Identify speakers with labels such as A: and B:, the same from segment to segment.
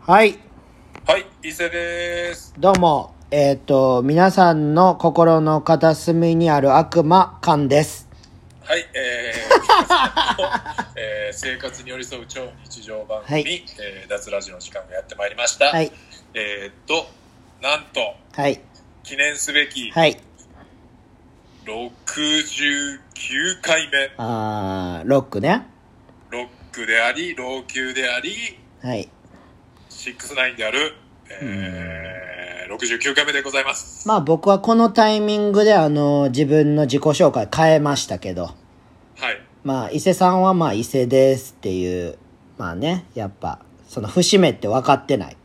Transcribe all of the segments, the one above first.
A: はい、
B: はい、伊勢です。
A: どうも。えっ、と、皆さんの心の片隅にある悪魔、カンです。
B: はい、えー えー生活に寄り添う超日常番組、
A: はい
B: えー脱ラジオの時間がやってまいりました。
A: はい、
B: えーっと、なんと、
A: はい、
B: 記念すべき
A: はい。
B: 69回目、
A: あー、ロックね。
B: ロックであり、老朽であり、
A: はい。
B: 69である、えー、69回目でございます。
A: まあ僕はこのタイミングであの、自分の自己紹介変えましたけど、
B: はい。
A: まあ伊勢さんはまあ伊勢ですっていう、まあね、やっぱ、その節目って分かってない。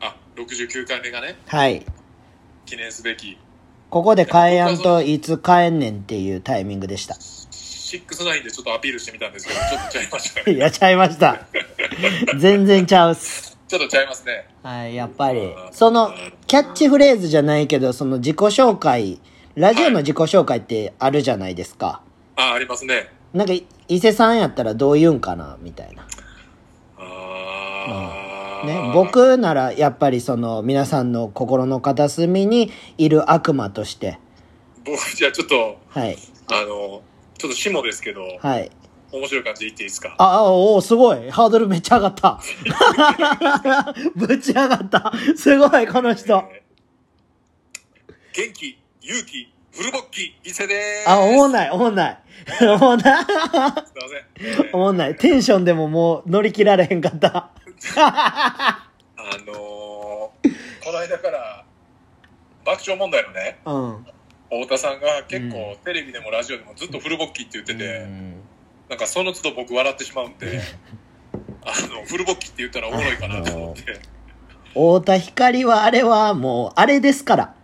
B: あ、69回目がね、
A: はい。
B: 記念すべき
A: ここで変えやんといつ変えんねんっていうタイミングでした。
B: 69でちょっとアピールしてみたんですけど、ちょっとちゃいましたね。
A: いや、ちゃいました。全然ちゃうっす。
B: ちょっとちゃいますね。
A: はい、やっぱり。その、キャッチフレーズじゃないけど、その自己紹介、ラジオの自己紹介ってあるじゃないですか。
B: あ、ありますね。
A: なんか、伊勢さんやったらどう言うんかな、みたいな。
B: あー
A: ね、、僕なら、やっぱりその、皆さんの心の片隅にいる悪魔として、
B: 僕じゃあちょっと、
A: はい、
B: あの、ちょっと下ですけど、
A: はい。
B: 面白い感じで言っていいですか。
A: あ、あおおすごいハードルめっちゃ上がった。 ぶち上がった。すごい、この人。
B: えー元気、勇気、フルボッキ、伊勢です。
A: あ、おもん
B: い。
A: ない、おもんない。 おもんない。
B: すいません。えー
A: おもんない。テンションでももう乗り切られへんかった。
B: あのー、この間から、爆笑問題のね、
A: うん。
B: 太田さんが結
A: う
B: 構テレビでもラジオでもずっとフルボッキって言ってて、
A: うん
B: なんかその都度僕笑ってしまうんで、あの、フルボッキって言ったらおもろいかなと思って。
A: 太田光はあれはもう、あれですから。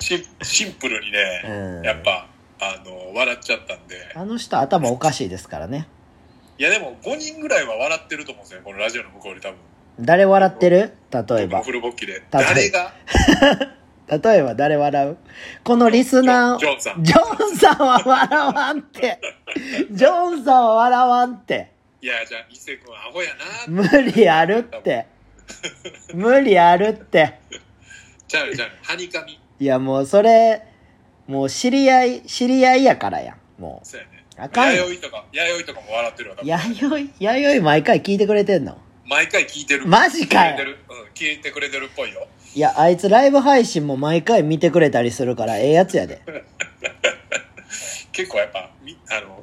B: シンシンプルにね、
A: うん
B: やっ。ぱあの笑っちゃったんで
A: あの人頭おかしいですからね。
B: いやでも5人ぐらいは笑ってると思うんですよこのラジオの向こうで多分
A: 誰笑ってる例え
B: 僕も
A: ば
B: フ。ルボッキで
A: 例えば
B: 誰が
A: 例えば誰笑うこのリスナー。
B: ジョンさん
A: ジョンさんは笑わんって。ジョンさんは笑わんって。
B: いやじゃあ伊勢君アホやな
A: 無理あるって。無理あるって。
B: ちゃうよちゃうよはにかみ
A: いやもうそれ、もう知り合い、知り合いやからやん。も
B: そうやね
A: あかんよ
B: 弥生とか弥生とかも笑ってるわ多
A: う。
B: 分
A: やよい、やよい毎回聞いてくれてんの
B: 毎回聞いてる
A: マジかよ
B: 聞いてる、うん、聞いてくれてるっぽいよ
A: いや、あいつライブ配信も毎回見てくれたりするから、ええやつや で。
B: 結構やっぱみあの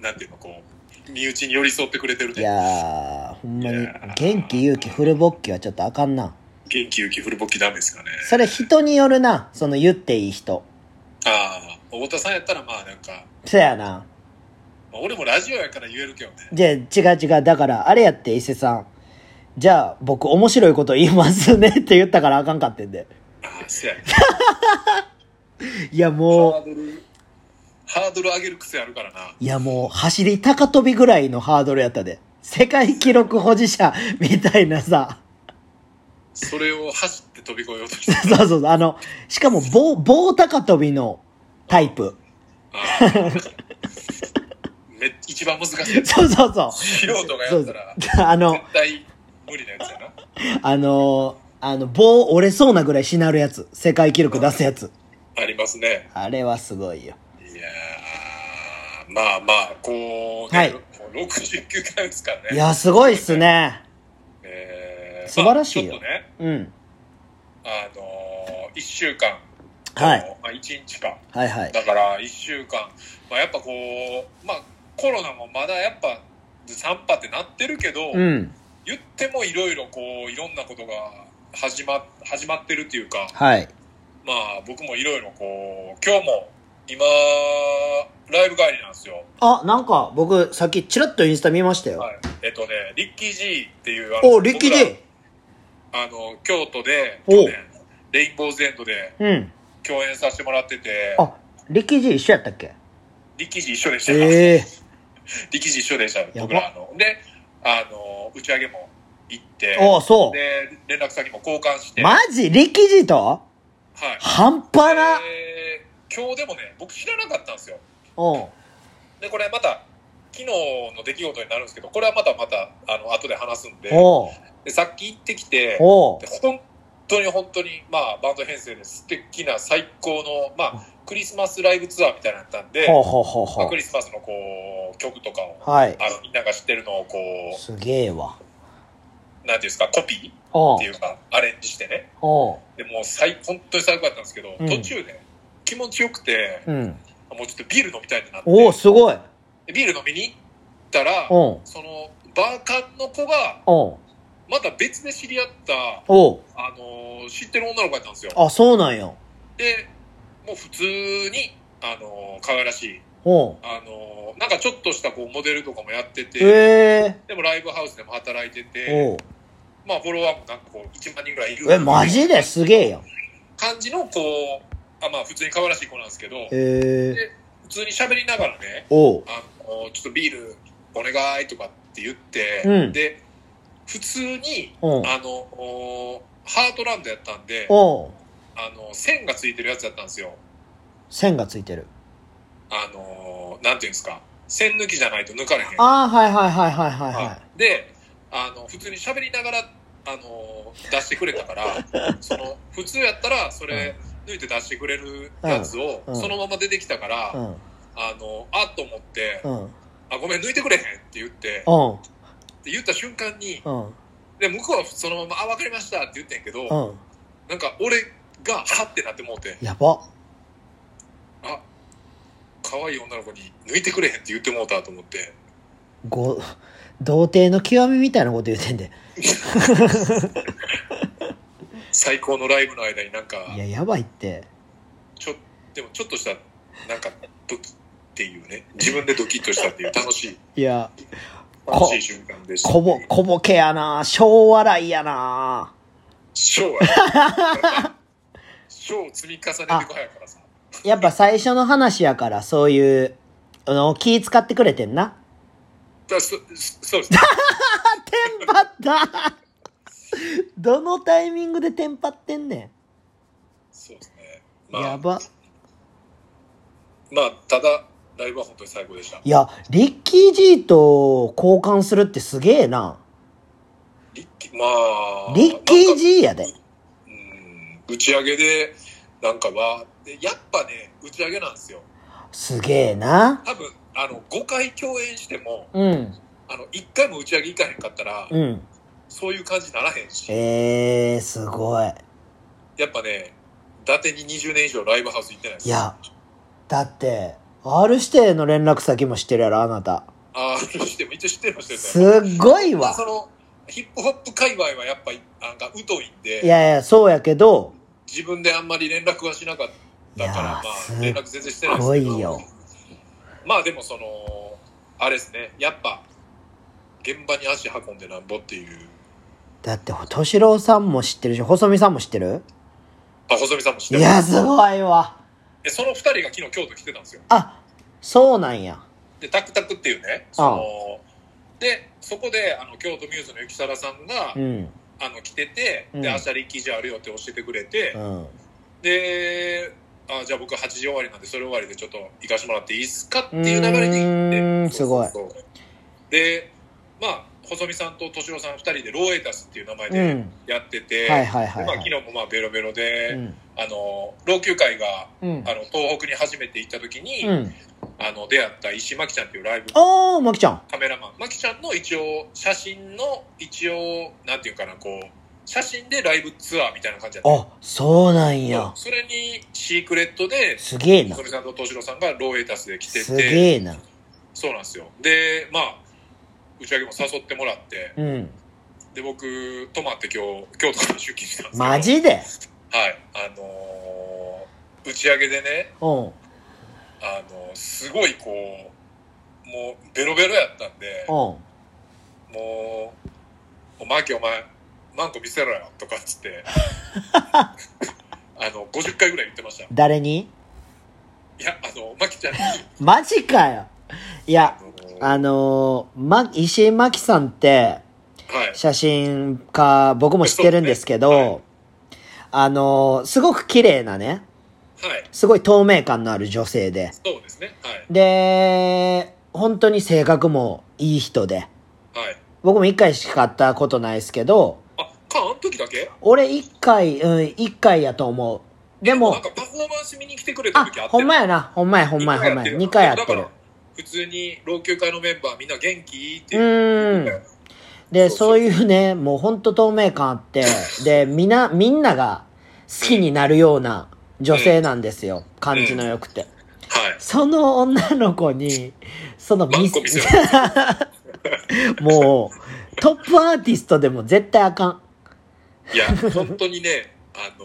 B: なんていうのこう身内に寄り添ってくれてる
A: い
B: ね
A: やー、ほんま
B: い
A: に
B: やー、
A: 元気、勇気、フルボッキはちょっとあかんな。
B: 元気勇気フルボッキダメですかね
A: それ人によるな、その言っていい人。
B: ああ太田さんやったらまあなんか
A: そやな。
B: まあ俺もラジオやから言えるけどね。
A: じゃあ、違う違う。だから、あれやって、伊勢さん。じゃあ、僕、面白いこと言いますね って言ったからあかんかってんで。
B: ああ、せやね。
A: いや、も
B: ハードル、ハードル上げる癖あるからな。
A: う、いや、もう、走り高跳びぐらいのハードルやったで。世界記録保持者みたいなさ。
B: それを走って飛び越えようとしてる。
A: そうそうそう。あの、しかも、棒、棒高跳びのタイプ。
B: ああ め一番難しい。
A: そうそうそう。
B: 素人がやったら、
A: そうそうあの、
B: 絶対無理なやつやな。
A: あの、あの、棒折れそうなぐらいしなるやつ。世界記録出すやつ。
B: ありますね。
A: あれはすごいよ。
B: いやー、まあまあ、こう、ね、
A: はい
B: もう69回ですからね。
A: いや、すごいっすね。
B: えー
A: 素晴らしいよ
B: まあちょっとね、
A: うん。
B: あのー、1週間、
A: はい。
B: まあ、1日か。
A: はいはい。
B: だから1週間、まあ、やっぱこう、まあ、コロナもまだやっぱ3波ってなってるけど、
A: うん。
B: 言ってもいろいろこういろんなことが始ま始まってるっていうか、
A: はい。
B: まあ、僕もいろいろこう今日も今ライブ帰りなんですよ、
A: あ、なんか、僕、さっき、チラッとインスタ見ましたよ。
B: はい、えっとねリッキー G っていうあの
A: お、力で。
B: 僕らあの京都で
A: お
B: 去年レインボーズエンドで
A: うん。
B: 共演させてもらってて
A: あ、力士一緒やったっけ
B: リッキー G 一緒でした
A: ええ
B: 力士一緒でした
A: やば
B: 僕らあのであの打ち上げも行って
A: お、そ
B: で連絡先も交換して
A: う。マジ力士と
B: はい
A: 半端な。
B: で今日でもね僕知らなかったんですよ
A: おう
B: でこれまた昨日の出来事になるんですけどこれはまたまたあの後で話すんで
A: おう
B: でさっき行ってきて、
A: おう
B: で本当に本当に、まあ、バンド編成で素敵な最高の、まあ、クリスマスライブツアーみたいなのやったんで、
A: ほうほうほう
B: まあ
A: ほ
B: クリスマスのこう、曲とかを、
A: う。はい。
B: あの、みんなが知ってるのをこう、
A: すげえわ。
B: なんていうんですか、コピーっ
A: おう
B: ていうか、アレンジしてね。
A: おう
B: でもう最、本当に最高だったんですけど、
A: うん
B: 途中で気持ちよくて、
A: うん。
B: もうちょっとビール飲みたいってなって、
A: おうすごい。
B: でビール飲みに行ったら、
A: おう
B: その、バーカンの子が、
A: おう
B: また別で知り合った、
A: おう
B: あのー知ってる女の子やったんですよ。
A: あ、そうなんや。
B: で、もう普通に、あのー可愛らしい、
A: おう
B: あのーなんかちょっとしたこうモデルとかもやってて、
A: え
B: でもライブハウスでも働いて
A: えお
B: て、
A: う
B: まあフォロワーもなんかこう1万人ぐらいいる。
A: え、マジですげえやん。
B: 感じのこう、あまあ普通に可愛らしい子なんですけど、
A: ええ
B: 普通に喋りながらね、
A: おう
B: あのーちょっとビールお願いとかって言って、
A: うん
B: で、普通に、
A: おう
B: あの、おハートランドやったんで、
A: おう
B: あの、線がついてるやつだったんですよ。
A: 線がついてる。
B: あの、なんていうんですか。線抜きじゃないと抜かれへん。
A: ああ、はいはいはいはいはいは
B: はいで、あの、普通に喋りながら、あの、出してくれ たから、その、普通やったら、それ、抜いて出してくれるやつを、
A: うんうん
B: そのまま出てきたから、
A: い。うん。
B: あの、あっと思って、
A: うん。
B: あ、ごめん、抜いてくれへんって言って、
A: うん。
B: って言った瞬間に、
A: うん。
B: で、向こうはそのまま、あ、わかりましたって言ってんけど、
A: うん。
B: なんか、俺が、はってなってもうて、
A: やば。
B: あ可愛い女の子に抜いてくれへんって言ってもうたと思って
A: ご、童貞の極みみたいなこと言うてんで。
B: 最高のライブの間になんか
A: いや、やばいって。
B: ちょでもちょっとしたなんかドキッっていうね自分でドキッとしたっていう楽しい
A: いや、
B: 楽しい瞬間でした
A: こぼ、こぼけやな小笑いやな
B: 賞は賞を積み重ねてこはやからさ
A: やっぱ最初の話やから、そういう、あの、気使ってくれてんな。
B: だそそそうです
A: テンパったどのタイミングでテンパってんね
B: そうですね
A: ん。
B: ま
A: や
B: あ
A: ば。
B: まあただライブは本当に最高でした
A: いや、リッキー G と交換するってすげえな。
B: リッキーまあ
A: リッキ
B: な
A: ー
B: んか
A: G やで。
B: うん打ち上げでなんかはでやっぱね打ち上げなんですよ
A: すげえな。
B: 多分あの5回共演しても
A: うん。
B: あの1回も打ち上げ行かへんかったら、
A: うん。
B: そういう感じにならへんし
A: えー、すごい。
B: やっぱね伊達に20年以上ライブハウス行ってないです
A: いや、だって、R 指定の連絡先も知ってるやろ、あなた。
B: ああしても一応知ってるのしてる
A: すっごいわ
B: そ。のヒップホップ界隈はやっぱなんか疎いんで
A: いやいや、そうやけど、
B: 自分であんまり連絡はしなかったから
A: いやー
B: まあ
A: すっ
B: 連絡全然してないですけ
A: ごい
B: ど
A: よ
B: まあでもそのあれですねやっぱ現場に足運んでなんぼっていう
A: だって、敏郎さんも知ってるし、細見さんも知ってる
B: あ細見さんも知って
A: い
B: る
A: や、すごいわ。
B: でその2人が昨日京都来てたんですよ
A: あ、そうなんや。
B: でタクタクっていうねそのでそこであの京都ミューズの雪貞さんが、
A: うん。
B: あの来てて
A: うん
B: で「明日リッキージあるよ」って教えてくれて、
A: うん。
B: であじゃあ僕8時終わりなんでそれ終わりでちょっと行かしてもらっていいですかっていう流れに
A: うー
B: 行っ
A: ん
B: て
A: すごい
B: そうそうそうでまあ細見さんと敏郎さん2人でローエタスっていう名前
A: う
B: で
A: ん。
B: やってて、
A: はいはいは
B: で
A: い、
B: まあ、
A: は
B: 昨
A: い。
B: 日もまあベロベロで、
A: うん。
B: あの老朽会が
A: うん
B: あ。の東北に初めて行った時に、
A: うん。
B: あの出会った石巻ちゃんっていうライブ
A: おー、まきちゃん。
B: カメラマンまきちゃんの一応写真の一応なんていうかなこう写真でライブツアーみたいな感じだった
A: あ、そうなんや。
B: それにシークレットです
A: げえな
B: そ。れさんと敏郎さんがローエタスで来て
A: す
B: て
A: げえな。
B: そうなんですよでまあ打ち上げも誘ってもらって
A: うん。
B: で僕泊まって今日京都から出勤したんですけど
A: マジで
B: はいあのー打ち上げでね
A: うん。
B: あのーすごいこうもうベロベロやったんで
A: うん。
B: もう「おマーキーお前マンコ見せろよ」とかっつって あの50回ぐらい言ってましたい
A: 誰に
B: やあのマキちゃんに
A: マジかよ。いや
B: あ、の
A: あのー、ま、石井真紀さんって
B: はい
A: 写真家、僕も知ってるんですけど、
B: そうですね はい
A: あのー、すごく綺麗なね、
B: はい
A: すごい透明感のある女性で、
B: そうですねはい
A: で、本当に性格もいい人で、
B: はい
A: 僕も一回しか会ったことないですけど、
B: あ、か、あの時だけ
A: 俺一回、うん、一回やと思う。でも
B: なん、かパフォーマンス見に来てくれた
A: あ
B: 時あっ、た
A: ほんまやな。ほんまや、ほんまや、ほんまや。二回やって
B: だ
A: る
B: か。ら普通に老朽化のメンバーみんな元気って
A: う
B: いう。
A: ーん。で、
B: そ
A: そう
B: そう
A: ういうね、もうほんと透明感あって、で、みな、みんなが好きになるような女性なんですよ。感じの良くて。
B: はい。
A: その女の子に、その
B: マ
A: ミ
B: ン
A: ス
B: コ見せる。
A: もう、トップアーティストでも絶対あかん。
B: いや、本当にね、あのー、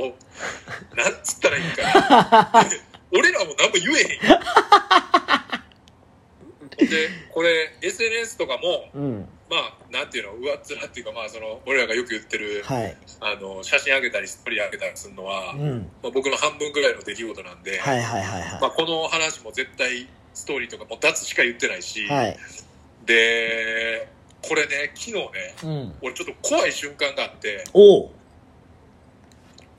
B: もう、なんつったらいい んかな。俺らも何も言えへんよ。で、これ、SNS とかも、
A: うん。
B: まあ、なんていうの、上っ面っていうか、まあ、その、俺らがよく言ってる、
A: はい。
B: あの、写真あげたり、ストーリーあげたりするのは、
A: うん。
B: まあ、僕の半分ぐらいの出来事なんで、
A: はいはいはいは
B: まあ、この話も絶対、ストーリーとかも脱しか言ってないし、
A: い。はい。
B: で、これね、昨日ね、
A: うん。
B: 俺ちょっと怖い瞬間があって、
A: おう。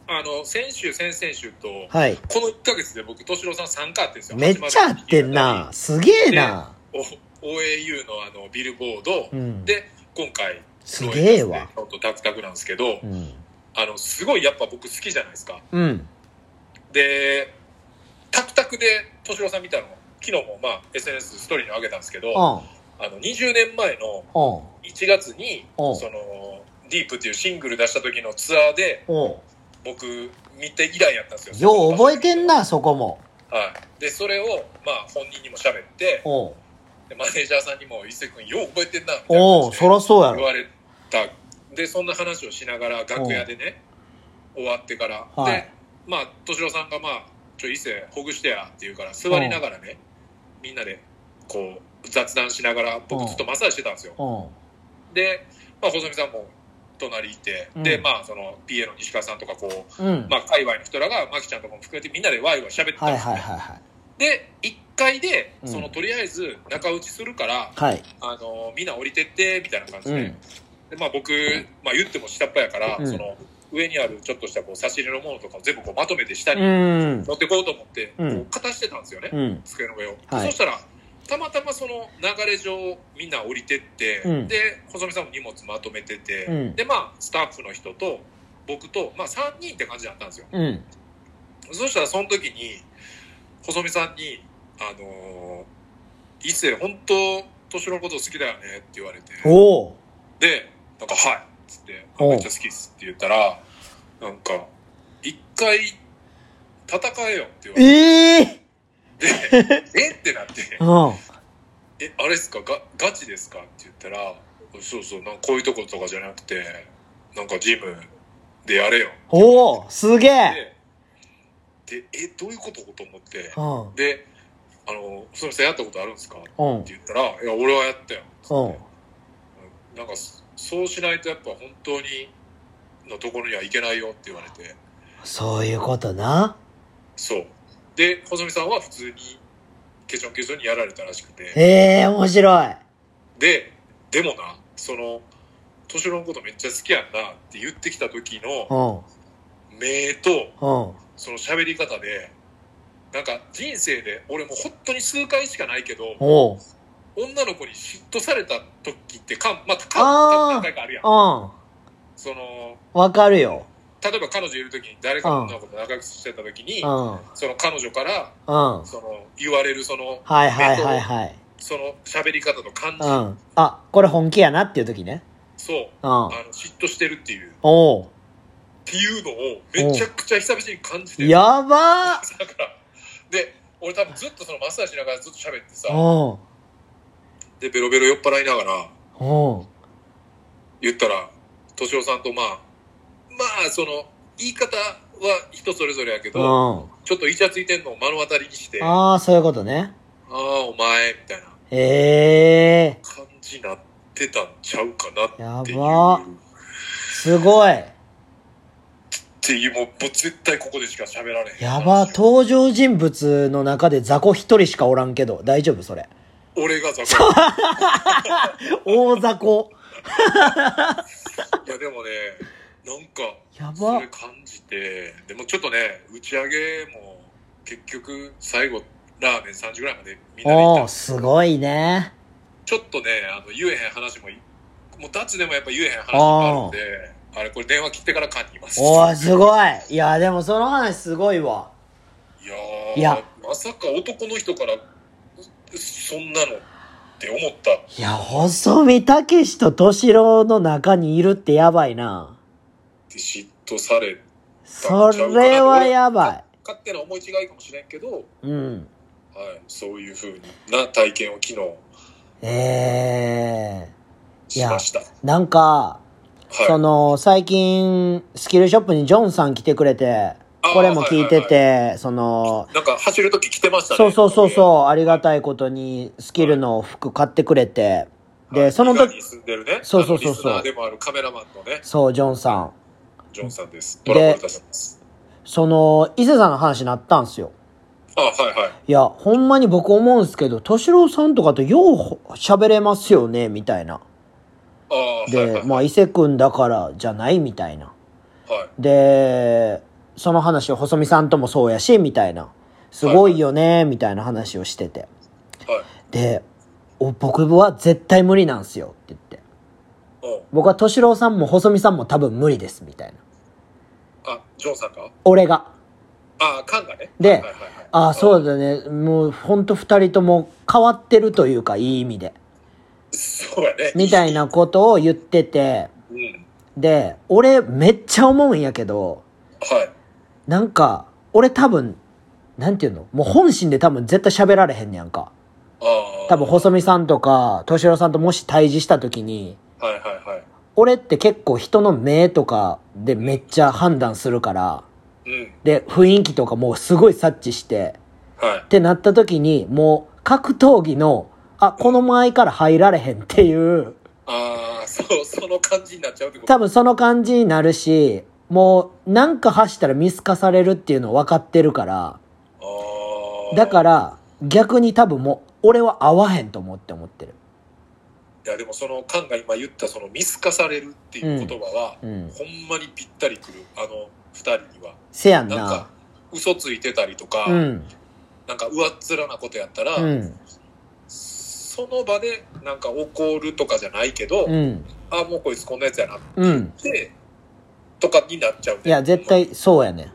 B: あの、先週、先々週と、
A: はい。
B: この1ヶ月で僕、敏郎さん3回会ってるんですよ。
A: めっちゃ合ってんな。すげえな。
B: お OAU のあの、ビルボード
A: う、ん。
B: で、今回、
A: すげえ
B: ロイヤ
A: わ
B: ル。ズでちょっとタクタクなんですけど
A: う、ん。
B: あの、すごいやっぱ僕好きじゃないですか。
A: うん。
B: で、タクタクで敏郎さん見たの、昨日もまあ、SNS ストーリーに上げたんですけど、
A: う
B: あ
A: ん。
B: の、20年前の
A: うん。
B: 1月に、
A: うん
B: その、ディープっていうシングル出した時のツアーで、
A: おう
B: 僕、見て以来やったんですよ。
A: よう覚えてんな、そこも。
B: はい。で、それを、まあ、本人にも喋って、
A: おう
B: でマネージャーさんにも、伊勢くん、よう覚えてんな、みたいな
A: おう
B: 感じ
A: そ
B: で
A: らそうや
B: 言
A: ろ。
B: われた。で、そんな話をしながら、楽屋でね、終わってから、
A: はい
B: で、まあ、敏郎さんが、まあ、ちょ、伊勢、ほぐしてや、って言うから、座りながらね、みんなで、こう、雑談しながら、
A: う
B: 僕
A: ん
B: ずっとマッサージしてたんですよ。
A: うん。
B: で、まあ、細見さんも、隣いて、
A: うん
B: で、まあ、その、PA の西川さんとか、こう、
A: うん。
B: まあ、界隈の人らが、マキちゃんとかも含めて、みんなでワイワイ喋ってた
A: はい
B: んですよ
A: はいはいはい。
B: で1階で
A: うん
B: そのとりあえず中打ちするから、
A: はい。
B: あのみんな降りてってみたいな感じ
A: う
B: で,、
A: ん。
B: でまあ、僕、まあ、言っても下っ端やから、
A: うん
B: その上にあるちょっとしたこう差し入れのものとかを全部こうまとめて下
A: う
B: に
A: ん。
B: 持ってこうと思って、
A: うん
B: こう片してたんですよね、
A: うん。
B: 机の上を、
A: はい
B: そしたらたまたまその流れ上みんな降りてって、
A: うん
B: で細見さんも荷物まとめてて、
A: うん
B: でまあスタッフの人と僕と、まあ、3人って感じだったんですよ
A: うん。
B: そしたらその時に、細見さんに、あのー、伊勢、本当、年のこと好きだよねって言われて、
A: おう
B: で、なんか、はいっつって、あ
A: おう
B: めっちゃ好きっすって言ったら、なんか、一回、戦えよって言われ
A: ええ
B: て、えってなって、
A: うん。
B: え、あれっすかがガチですかって言ったら、そうそう、なんかこういうとことかじゃなくて、なんかジムでやれよ
A: おおすげえ
B: で、で、え、どういうことと思って、
A: うん。
B: で、あの、細見さんやったことあるんですかって
A: うん。
B: 言ったら、いや、俺はやったよ。
A: うん。
B: なんか、そそうしないとやっぱ本当に、のところにはいけないよって言われて、
A: そういうことな。
B: そう。で、細見さんは普通に、ケチョンケチョンにやられたらしくて、
A: ええ面白い。
B: で、でもな、その、敏郎のことめっちゃ好きやんなって言ってきた時
A: う
B: の
A: ん。
B: 目と、
A: うん。
B: その喋り方で、なんか人生で俺もう本当に数回しかないけど、
A: おう
B: 女の子に嫉妬された時ってかま
A: あ
B: あ、
A: ー
B: か何回かあるやん
A: うん。
B: その
A: わかるよ。
B: 例えば彼女いる時に誰かの女の子と仲良くしてた時に
A: うん。うん。
B: その彼女から
A: は
B: その言われるその
A: いはいはいはい。
B: その喋り方と感じ、
A: うん。あ、これ本気やなっていう時ね。
B: そう
A: う
B: あ
A: ん。
B: の嫉妬してるっていうっ
A: おう
B: ていうのをめちゃくちゃ久々に感じてる
A: やば
B: だからで俺多分ずっとそのマッサージしながらずっと喋ってさ
A: ーおう
B: でベロベロ酔っ払いながら
A: おう
B: 言ったら敏夫さんとまあまあその言い方は人それぞれやけ
A: う
B: ど、
A: ん。
B: ちょっとイチャついてんのを目の当たりにして、あ
A: ああ、そういうことね。
B: あ、お前、みたいな
A: ええ
B: 感じになってたんちゃうかなっていう。
A: やば
B: っ
A: すごい。
B: ていう、もうもう絶対ここでしか喋られへん。
A: やば、登場人物の中で雑魚一人しかおらんけど、大丈夫それ。
B: 俺がザコ。
A: 大雑魚。
B: いや、でもね、なんか、
A: や
B: そ
A: ば
B: れ。感じて、でもちょっとね、打ち上げも、結局、最後、ラーメン3時ぐらいまでみんなで行
A: お
B: っ
A: う
B: た。
A: すごいね。
B: ちょっとね、あの、言えへん話もい、もう脱でもやっぱ言えへん話もあるんで、あれこれ電話切ってから感じます。
A: おー、すごい。いや、でもその話すごいわ。
B: いやー
A: いや
B: まさか男の人から、そんなのって思った。
A: いや、細見武士と敏郎の中にいるってやばいな。
B: 嫉妬され、
A: それはやば
B: 勝手な思い違いかもしれんけど、
A: い。うん。
B: はい、そういうふうな体験を昨日
A: ええ
B: しました。
A: なんか、そ
B: はい。
A: の、最近、スキルショップにジョンさん来てくれて、
B: あー
A: これも聞いてて、
B: は
A: その、
B: なんか走るとき来てましたね。
A: そうそうそうそう、ありがたいことに、スキルの服買ってくれて、
B: は
A: で、
B: い
A: その
B: 伊賀
A: 時、
B: に住んでるね。
A: そうそうそうそう
B: あのリスナーでもあるカメラマンのね、
A: そう、ジョンさん。
B: ジョンさんです。
A: で
B: ドラゴルタさんです。
A: その、伊勢さんの話になったんすよ。
B: あ、はいはい。
A: いや、ほんまに僕思うんすけど、敏郎さんとかとようほ喋れますよね、みたいな。
B: あはいは
A: で、
B: い
A: まあ、伊勢くんだからじゃない、みたいな。
B: はい。
A: で、その話を細見さんともそうやし、みたいな。すごいよね、みたいな話をしてて。
B: はい。
A: で、お僕は絶対無理なんすよ、って言って。
B: うん。
A: 僕は敏郎さんも細見さんも多分無理です、みたいな。
B: あ、ジョンさんか
A: 俺が。
B: あ、カンがね。
A: で
B: はいはいはい、。
A: ああ、そううだね。もう、ほんと二人とも変わってるというか、いい意味で。
B: そうやね。
A: みたいなことを言ってて。
B: うん。
A: で、俺めっちゃ思うんやけど、
B: はい。
A: なんか、俺多分、なんていうのもう本心で多分絶対喋られへんねやんか。
B: ああ。
A: 多分細見さんとか敏郎さんともし対峙した時に
B: はいはいはい。
A: 俺って結構人の目とかでめっちゃ判断するから
B: うん。
A: で雰囲気とかもうすごい察知して
B: はい
A: っ。てなった時にもう格闘技のあこの前から入られへんっていう
B: ああ、そう、その感じになっちゃうってこと
A: 多分その感じになるしもうなんか走ったら見透かされるっていうの分かってるから
B: ああ。。
A: だからら逆に多分もう俺は合わへんと思って思ってる
B: いや、でもそのカンが今言った、その見透かされるっていう言葉は、
A: うん
B: ほんまにぴったりくる。あの、二人には。
A: せやん
B: なん
A: な
B: か、嘘ついてたりとか、
A: うん
B: なんか上っ面なことやったら、
A: うん
B: その場でなんか怒るとかじゃないけど、
A: うん
B: あもうこいつこんなやつやなっ
A: うん
B: て、とかになっちゃうね、
A: いや、絶対そうやねん。
B: うん。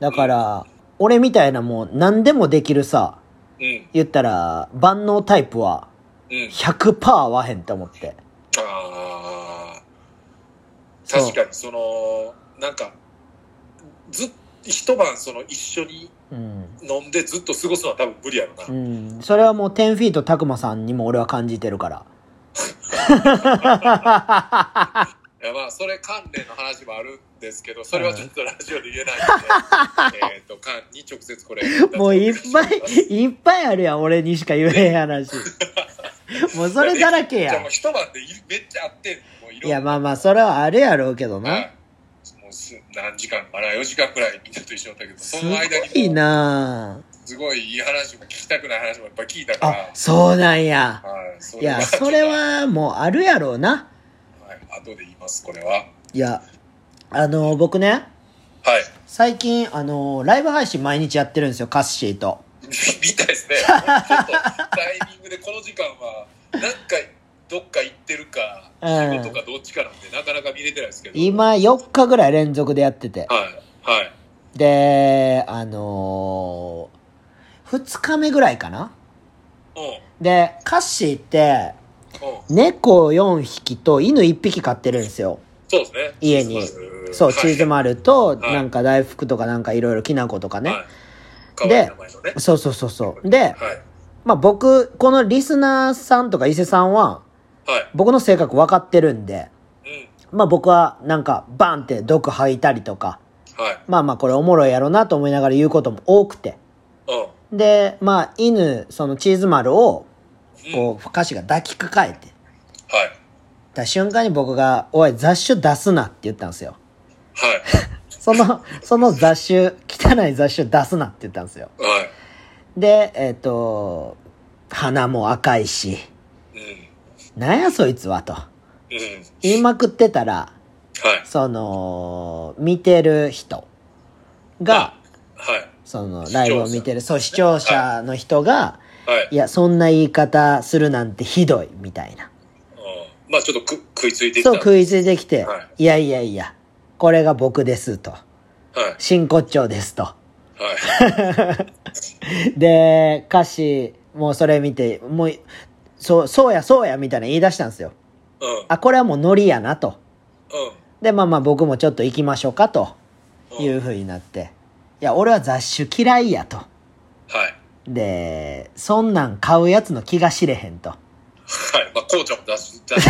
A: だから、俺みたいなもう何でもできるさ、
B: うん。
A: 言ったら万能タイプは
B: うん。
A: 100%合わへんと思って。
B: ああ、
A: そう
B: 確かに、その、なんか、ず一晩その一緒に
A: うん。
B: 飲んでずっと過ごすのは多分無理やろな。
A: うん。それはもう10フィートたくまさんにも俺は感じてるから。
B: いやまあそれ関連の話もあるんですけどそれはちょっとラジオで言えない のでえっと関に直接これ
A: もういっぱい、いっぱいあるやん、俺にしか言えへん話。もうそれだらけ
B: じ
A: や
B: ゃあ
A: ん
B: もう。一晩でいめっちゃあってんもう
A: い
B: いろんな
A: や、まあまあ、それはあるやろうけど
B: はい
A: な。
B: もうす何時間かな4時間くらいみんなと一緒だったけど
A: す
B: そ
A: ご
B: の間に
A: い
B: も
A: な
B: すごいいい話も聞きたくない話もやっぱ聞いた
A: あ
B: か、
A: そうなんや
B: ら。はいそ
A: いや、それはもうあるやろうな。
B: はい後で言いますこれははい
A: や、あの僕ね、最近、あのライブ配信毎日やってるんですよ、カッシーと。
B: みたいですね ちょっとタイミングでこの時間は何回どっか行ってるか
A: うん
B: 仕事かどっちかなんでなかなか見れてないですけど
A: 今、4日ぐらい連続でやってて。
B: はいはい
A: で、あの2日目ぐらいかな
B: う
A: で、カッシーって、
B: んうん
A: 猫4匹と犬1匹飼ってるんですよ。
B: そうですね
A: 家に
B: チーズマル
A: そう、
B: はい
A: チーズマルと、
B: はい
A: なんか大福とかなんかいろいろきな粉とかね。
B: はい可愛い名前のね
A: そうそうそうそう。で、
B: はい
A: まあ僕、このリスナーさんとか伊勢さんは、
B: はい
A: 僕の性格分かってるんで、
B: うん
A: まあ僕はなんかバンって毒吐いたりとか、
B: はい
A: まあまあこれおもろいやろなと思いながら言うことも多くて。
B: う
A: で、まあ犬、そのチーズ丸を、
B: んうん
A: こう、歌詞が抱きかかえて、
B: はい
A: た瞬間に僕が、おい雑種出すなって言ったんですよ。
B: はい
A: その、その雑種、汚い雑種出すなって言ったんですよ。
B: はい
A: で、えっ、と、鼻も赤いし、
B: うん
A: なんやそいつはと。
B: うん
A: 言いまくってたら、
B: はい
A: その、見てる人が、
B: はい
A: その、ライブを見てる、そう、視聴者の人が、
B: はい。
A: いや、そんな言い方するなんてひどい、みたいな。
B: うんまあちょっとく食いついてき
A: そ
B: た。
A: う、
B: はい。
A: 食いついてきて、、
B: はい
A: やいやいや、これが僕ですと。
B: はい。
A: 真骨頂ですと。 で、歌詞、もうそれ見て、もう、そう、そうやそうや、みたいな言い出したんですよ。
B: うん。うん。
A: あ、これはもうノリやなと。で、まあまあ僕もちょっと行きましょうかと
B: うん
A: いう風になって。いや、俺は雑種嫌いやと。
B: はい。
A: で、そんなん買うやつの気が知れへんと。
B: はい。まあ、こうちゃんも出し、出し、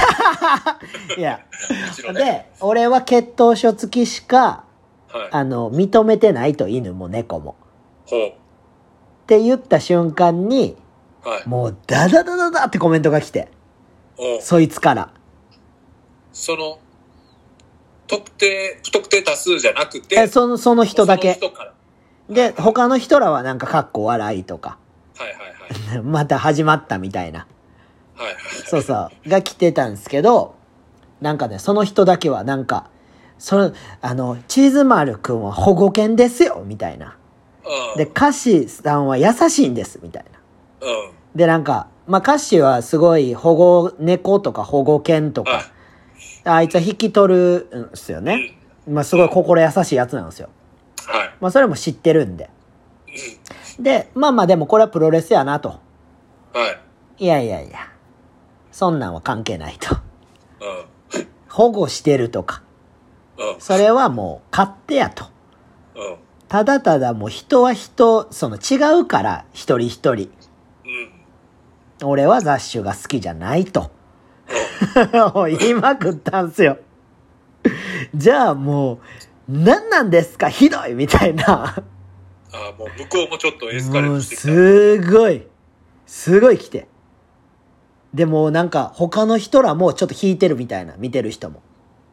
A: いや、
B: うちのね。
A: で、俺は血統書付きしか、
B: はい。
A: あの、認めてないと犬も猫も。
B: ほ
A: って言った瞬間に、
B: う。はい。
A: もうダダダダダってコメントが来て、
B: おう
A: そいつから。
B: その、特定、不特定多数じゃなくて、
A: え、その、その人だけ
B: そ。の人から。
A: で、他の人らはなんかかっこ笑いとか、
B: はいはいはい。
A: また始まったみたいな、
B: はいはい。
A: そうそう、が来てたんですけど、なんかね、その人だけはなんか、その、あの、チーズ丸くんは保護犬ですよ、みたいな。
B: うん。
A: で、歌詞さんは優しいんです、みたいな。
B: うん。
A: で、なんか、まあ、歌詞はすごい保護猫とか保護犬と
B: は
A: か、あいつは引き取るんですよ
B: い。う
A: ね。
B: ん。
A: まあ、すごい心優しいやつなんですよ。
B: はい。
A: まあ、それも知ってるんで。で、まあまあでもこれはプロレスやなと。
B: うん。はい。
A: いやいやいや。そんなんは関係ないと。
B: うん。
A: 保護してるとか。
B: うん。
A: それはもう勝手やと。
B: うん。
A: ただただもう人は人、その違うから、一人一人。
B: うん。
A: 俺は雑種が好きじゃないと。 もう言いまくったんすよ。じゃあもう、何なんですかひどいみたいな。
B: ああ、もう向こうもちょっとエスカレー
A: も
B: ト
A: う
B: してきた。うん。
A: すごい。すごい来て。でもなんか他の人らもちょっと引いてるみたいな、見てる人も。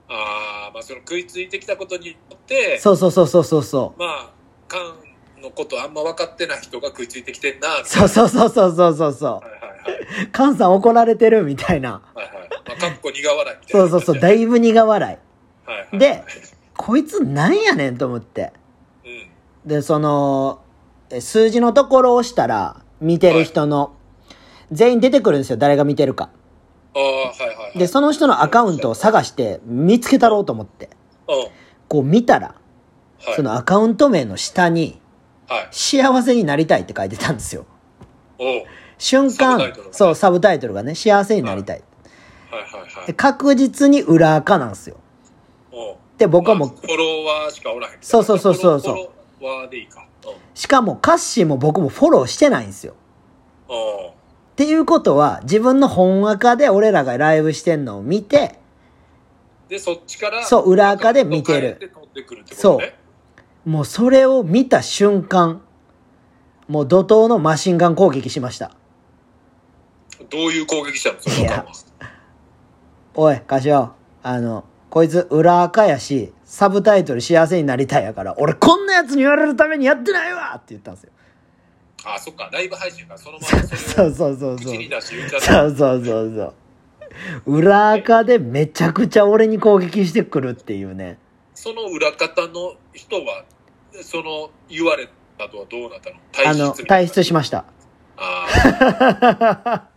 B: ああ、まあその食いついてきたことによって、
A: そうそうそうそうそうそう。
B: まあ、カンのことあんま分かってない人が食いついてきてんな、みたい
A: そうそうそうそうそうそうそ
B: な。はいはいはい。
A: う。カンさん怒られてるみたいな。
B: はいはい。まあ、かっこ苦笑いみたい
A: そ
B: な
A: うそうそう、
B: 感
A: だいぶ苦笑
B: じや。はいはい
A: い。で、こいつなんやねんと思って。
B: うん。
A: で、その、え数字のところを押したら、見てる人の、全員出てくるんですよ、誰が見てるか。
B: ああ、はいはいはい。
A: で、その人のアカウントを探して、見つけたろうと思って。
B: うん。
A: こう見たら、
B: はい。
A: そのアカウント名の下に、
B: はい。
A: 幸せになりたいって書いてたんですよ。
B: おう。
A: 瞬
B: サブタイ
A: 間
B: トル、が
A: そう、サブタイトルがね、幸せになりたい。
B: はいはいは
A: で
B: い。
A: 確実に裏垢なんですよ。
B: おう。
A: で、僕はもう
B: まあ、フォロワーしかおらへん。
A: そうそうそうそうそう
B: フォロワーでいいか。うん。
A: しかも歌詞も僕もフォローしてないんですよ。
B: おう。
A: っていうことは、自分の本垢で俺らがライブしてんのを見て、
B: で、そっちから、
A: そう裏垢で見てる
B: アカウント変え飛んでくるってことね。
A: もうそれを見た瞬間、もう怒涛のマシンガン攻撃しました。
B: どういう攻撃したのそのアカウントは
A: おい、カシオ、あの、こいつ裏垢やし、サブタイトル幸せになりたいやから、俺こんな奴に言われるためにやってないわって言ったんですよ。
B: あ、そっか、ライブ配信やから、そのままそ
A: そ
B: れ
A: う
B: を
A: そうそうそう
B: 口。に出して言っちゃった。
A: そうそうそうそう。裏垢でめちゃくちゃ俺に攻撃してくるっていうね。
B: その裏方の人は、その言われたとはどうなったの
A: あ
B: 退
A: の、
B: 出みたい
A: 退
B: な
A: 出しました。
B: ああ。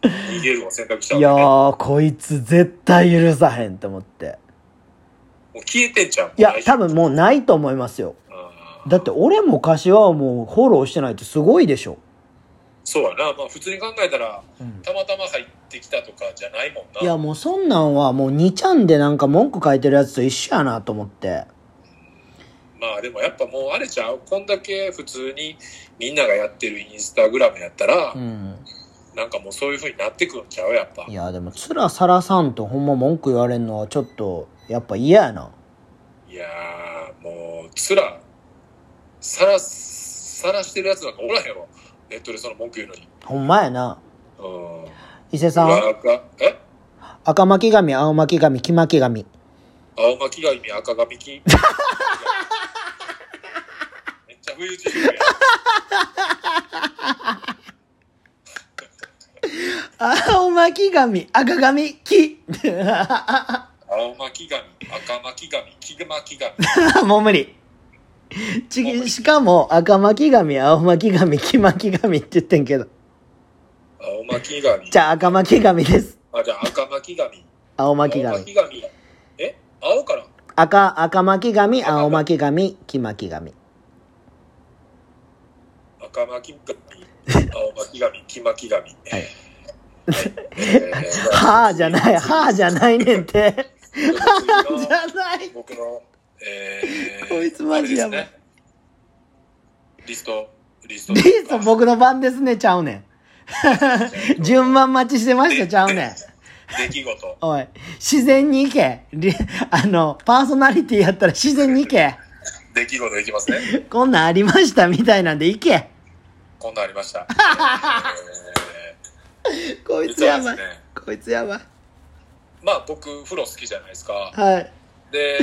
B: 逃げるを選択した
A: い
B: わ
A: や
B: け、ね、も
A: ー、こいつ絶対許さへんと思って。
B: う消えてんじゃん。
A: いや、多分もうないと思いますよ。
B: あー
A: だって俺も柏はもうフォローしてないってすごいでしょ。
B: そうやな。まあ普通に考えたら、
A: うん
B: たまたま入ってきたとかじゃないもんな。
A: いやもうそんなんはもう2ちゃんでなんか文句書いてるやつと一緒やなと思って。
B: まあでもやっぱもうあれちゃう。こんだけ普通にみんながやってるインスタグラムやったら、
A: うん。
B: なんかもうそういう風になってくんちゃうやっぱ。
A: いやでもつらさらさんとほんま文句言われんのはちょっとやっぱ嫌やな。
B: いやー、もう、つら、さら、さらしてるやつなんかおらへんわ。ネットでその文句言うのに。
A: ほんまやな。
B: うん。
A: 伊勢さん、
B: 裏赤、え
A: 赤巻紙、青巻紙、黄巻紙。
B: 青巻が意味赤 髪金。めっちゃ冬自由や。
A: 青巻紙、赤紙、 黄。
B: 青巻紙、赤巻紙、黄巻紙。
A: もう無理。ちしかも赤巻紙青巻紙黄巻紙って言ってんけど
B: 青巻紙。
A: じゃあ赤巻紙です
B: あ、じゃあ赤巻紙。
A: 青巻
B: 青
A: 紙
B: 巻紙。え青から
A: 赤赤巻紙青巻紙黄巻紙
B: 赤巻紙。青巻紙、黄巻紙。
A: はい
B: えー
A: はあじゃないはあじゃないねんてはあじゃない
B: 僕の、えー、
A: こいつマジやばい
B: あれですねリスト、リスト。
A: リースト僕の番ですねちゃうねん 順番待ちしてましたちゃうねん
B: 出来事。
A: おい自然に行けリあのパーソナリティやったら自然に行け
B: 出来事いきますね。
A: こんなんありましたみたいなんで行け
B: こんなんありま した。
A: こ
B: えー
A: いつやばい
B: 実はですね
A: こいつやばい
B: まあ僕、風呂好きじゃないですか。
A: はい
B: で、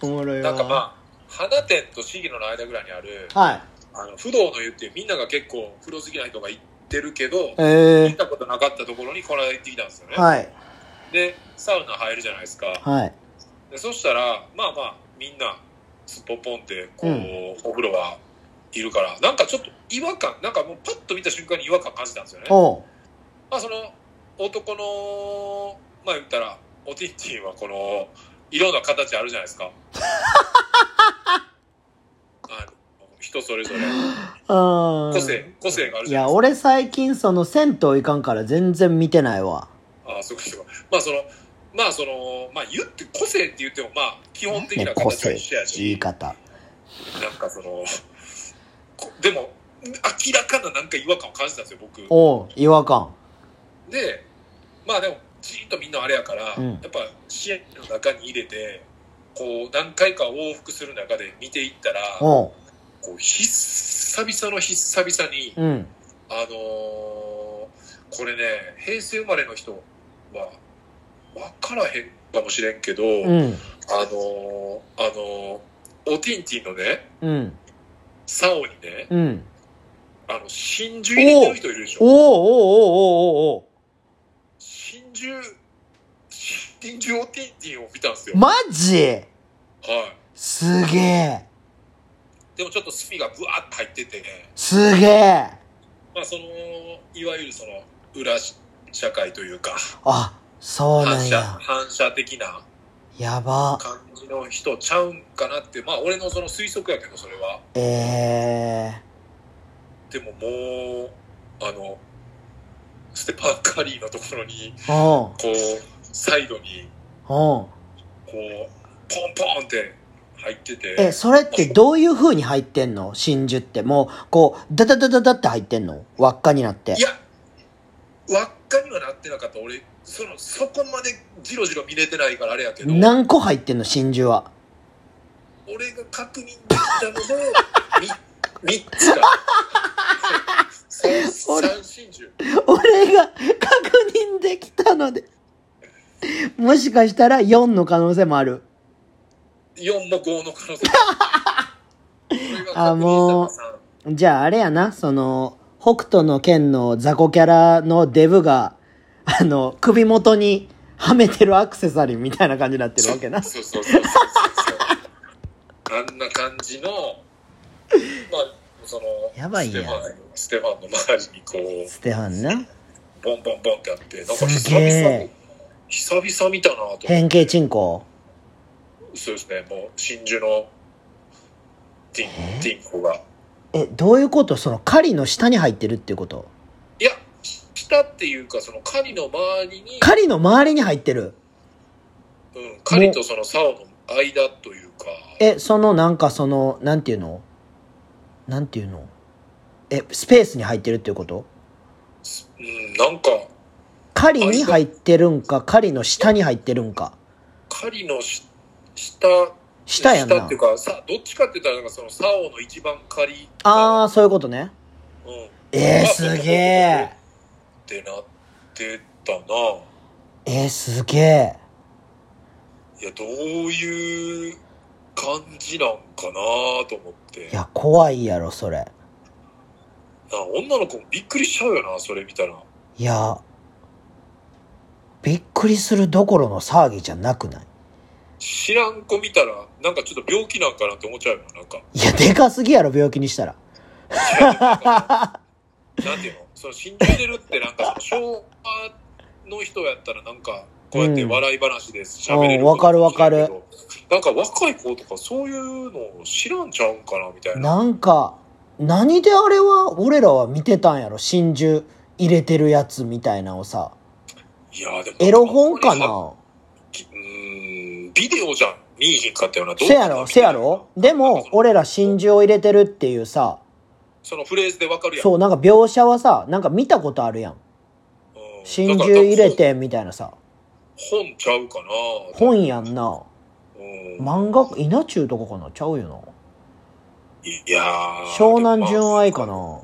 A: おもろいわ
B: なんかまあ、花店と市議の間ぐらいにある、
A: はい
B: あの、不動の湯っていうみんなが結構風呂好きな人が行ってるけど、
A: え
B: 行ったことなかったところにこの間行ってきたんですよね。
A: ー、はい
B: で、サウナ入るじゃないですか。
A: はい
B: でそしたらまあまあみんなすっぽぽんってこう、
A: う
B: お風呂はいるからなんかちょっと違和感なんかもうパッと見た瞬間に違和感感じたんですよね
A: おう
B: まあその男のまあ言ったらおティンティンはこのいろんな形あるじゃないですかあの人それぞれ
A: あ
B: 個性個性がある
A: い
B: じゃ
A: や
B: ないですか
A: 俺最近その銭湯行かんから全然見てないわ
B: ああそうかそうかまあそのまあそのまあ言って個性って言ってもまあ基本的
A: ね
B: な
A: 個
B: 形は
A: 性
B: 一緒やし、
A: 言い方
B: なんかその、こでも、明らかななんか違和感を感じたんですよ、僕。
A: おう違和感
B: で、まあでも、じーっとみんなあれやから、
A: うん
B: やっぱ支援の中に入れて、こう、何回か往復する中で見ていったら、こ
A: おう
B: う、久々の久々に、
A: うん
B: あのーこれね、平成生まれの人は、わからへんかもしれんけど、
A: うん
B: あのーあのーおティンティンのね、
A: うん
B: サオにね、
A: うん
B: あの、真珠入れてる人いるでし
A: おう
B: ょ
A: おうおうおうおうお
B: 真珠、真珠オティンティンを見たんですよ。
A: うマジ
B: は
A: すげえ
B: い。でもちょっとスピがブワーって入ってて、
A: すげえ
B: まあその、いわゆるその、裏社会というか、
A: あそうな
B: 反
A: ん
B: 射、
A: や
B: 反射的な
A: やば
B: 感じの人ちゃうんかなって、まあ俺のその推測やけど、それは。
A: ええ
B: でももう、あの、ステパンカリーのところに、
A: ー、おう
B: こう、サイドに、
A: おう
B: こう、ポンポンって入ってて、
A: えそれってどういう風に入ってんの真珠ってもうこうダダダダダって入ってんの輪っかになって
B: いや、輪っかにはなってなかった。俺、その、そこまでじろじろ見れてないからあれやけど、
A: 何個入ってんの真珠は
B: 俺が確認できたので、み、3つか。三
A: 俺
B: 三真珠。
A: 俺が確認できたのでもしかしたら4の可能性もある
B: 4も5の可能性。俺が確認したの
A: あもう
B: は三
A: じゃああれやなその北斗の剣の雑魚キャラのデブがあの首元にはめてるアクセサリーみたいな感じになってるわけな
B: そうそうそうそうそう。あんな感じの、まあ、その、
A: やばいやん
B: ステファンステファンの周りにこう、
A: ステファンな
B: ボンボンボンってあって、なんか
A: す
B: 久
A: げ
B: 々に
A: え、
B: 久々見たなと思って
A: 変形チンコ
B: そうですね、もう真珠のティン、ティンコが。
A: えどういうことその狩りの下に入ってるっていうこと
B: いや、下っていうか、その狩りの周りに、
A: 狩りの周りに入ってる
B: うん、狩りとその竿の間というか、
A: えそのなんかそのなんていうのなんていうのえスペースに入ってるっていうこと
B: うん、なんか、
A: 狩りに入ってるんか狩りの下に入ってるんか
B: 狩りのし下、
A: 下やん
B: 下
A: な
B: っていうか、さ、どっちかって言ったら、なんかその竿の一番狩り
A: あ
B: が、
A: あそういうことね
B: うん、
A: えー、すげえ
B: ってなってたな。
A: えー、すげえ
B: いや、どういう感じなんかなと思って。
A: いや怖いやろそれ
B: な女の子もびっくりしちゃうよな、それ見たら。
A: いやびっくりするどころの騒ぎじゃなくない
B: 知らん子見たら、なんかちょっと病気なんかなって思っちゃうよな、なんか。
A: いや、でかすぎやろ、病気にしたら。
B: なんていうのその死んでるってなんか、その昭和の人やったらなんか、こうやって笑い話で喋れ
A: うん
B: る。
A: わかるわかる。
B: なんか若い子とかそういうの知らんちゃうんかな、みたいな。
A: なんか、何であれは、俺らは見てたんやろ真珠入れてるやつみたいなのをさ。
B: いやーでも。
A: エロ本か
B: う
A: な
B: ーん、ビデオじゃ見えへんかったよな。どう
A: せやろ、せやろでも、俺ら真珠を入れてるっていうさ、
B: そのフレーズでわかるやん。
A: そう、なんか描写はさ、なんか見たことあるやん。
B: うん
A: 真珠入れ。て、みたいなさ。
B: 本ちゃうかな。
A: 本やんな。
B: うん
A: 漫画、稲中とかかなちゃうよ
B: いや
A: な。
B: ー
A: 湘南純愛かな
B: 漫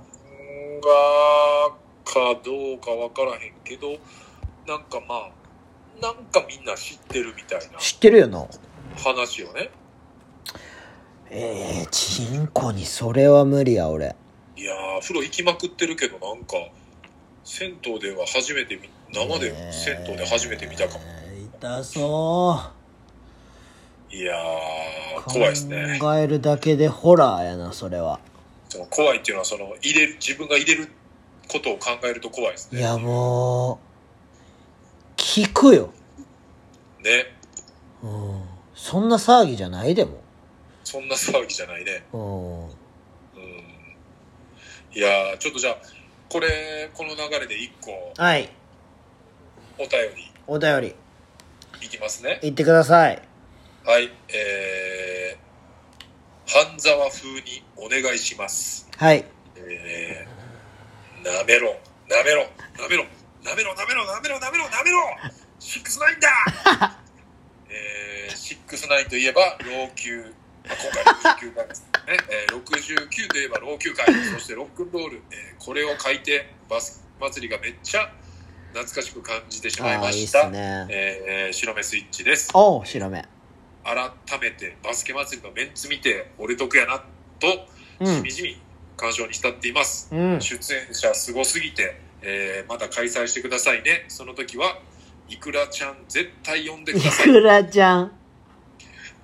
B: 画かどうかわからへんけど、なんかまあ、なんかみんな知ってるみたいな
A: 知ってるよな。
B: 話をね。
A: ええー、チンコにそれは無理や、俺。
B: いやー、風呂行きまくってるけど、なんか、銭湯では初めて見、生で銭湯で初めて見たかも。
A: えー。痛そう。
B: いやー、怖いですね。
A: 考えるだけでホラーやな、それは。
B: その怖いっていうのは、その、入れる、自分が入れることを考えると怖いです
A: い
B: ね。
A: や、もう、聞くよ。
B: ね。
A: うん。そんな騒ぎじゃないでも。
B: そんな騒ぎじゃないね。
A: うん。
B: うん。いやー、ちょっとじゃあ、これ、この流れで一個、
A: はい。
B: お便り
A: お便り、
B: いきますね。
A: 言ってください。
B: はい、えー、半沢風にお願いします。
A: はい。
B: えー、なめろ、なめろ、なめろ、なめろ、なめろ、なめろ、なめろ、なめろ、シックスナイン だえー、シックスナインといえば、老朽、まあ、今回老朽会ですね。えー、69といえば老朽会、そしてロックンロール、えーこれを書いて、バス祭りがめっちゃ懐かしく感じてしまい
A: ああ
B: ま
A: ー、いいっ
B: し
A: す
B: た。
A: ね。
B: えー、白目スイッチです。
A: おう、白目。
B: 改めてバスケ祭りのメンツ見て俺得やなと
A: う
B: し
A: ん
B: み。じみ鑑賞に浸っています、
A: うん。
B: 出演者すごすぎて、えーまた開催してくださいねその時はいくらちゃん絶対呼んでく
A: い
B: だ さい
A: くらちゃん。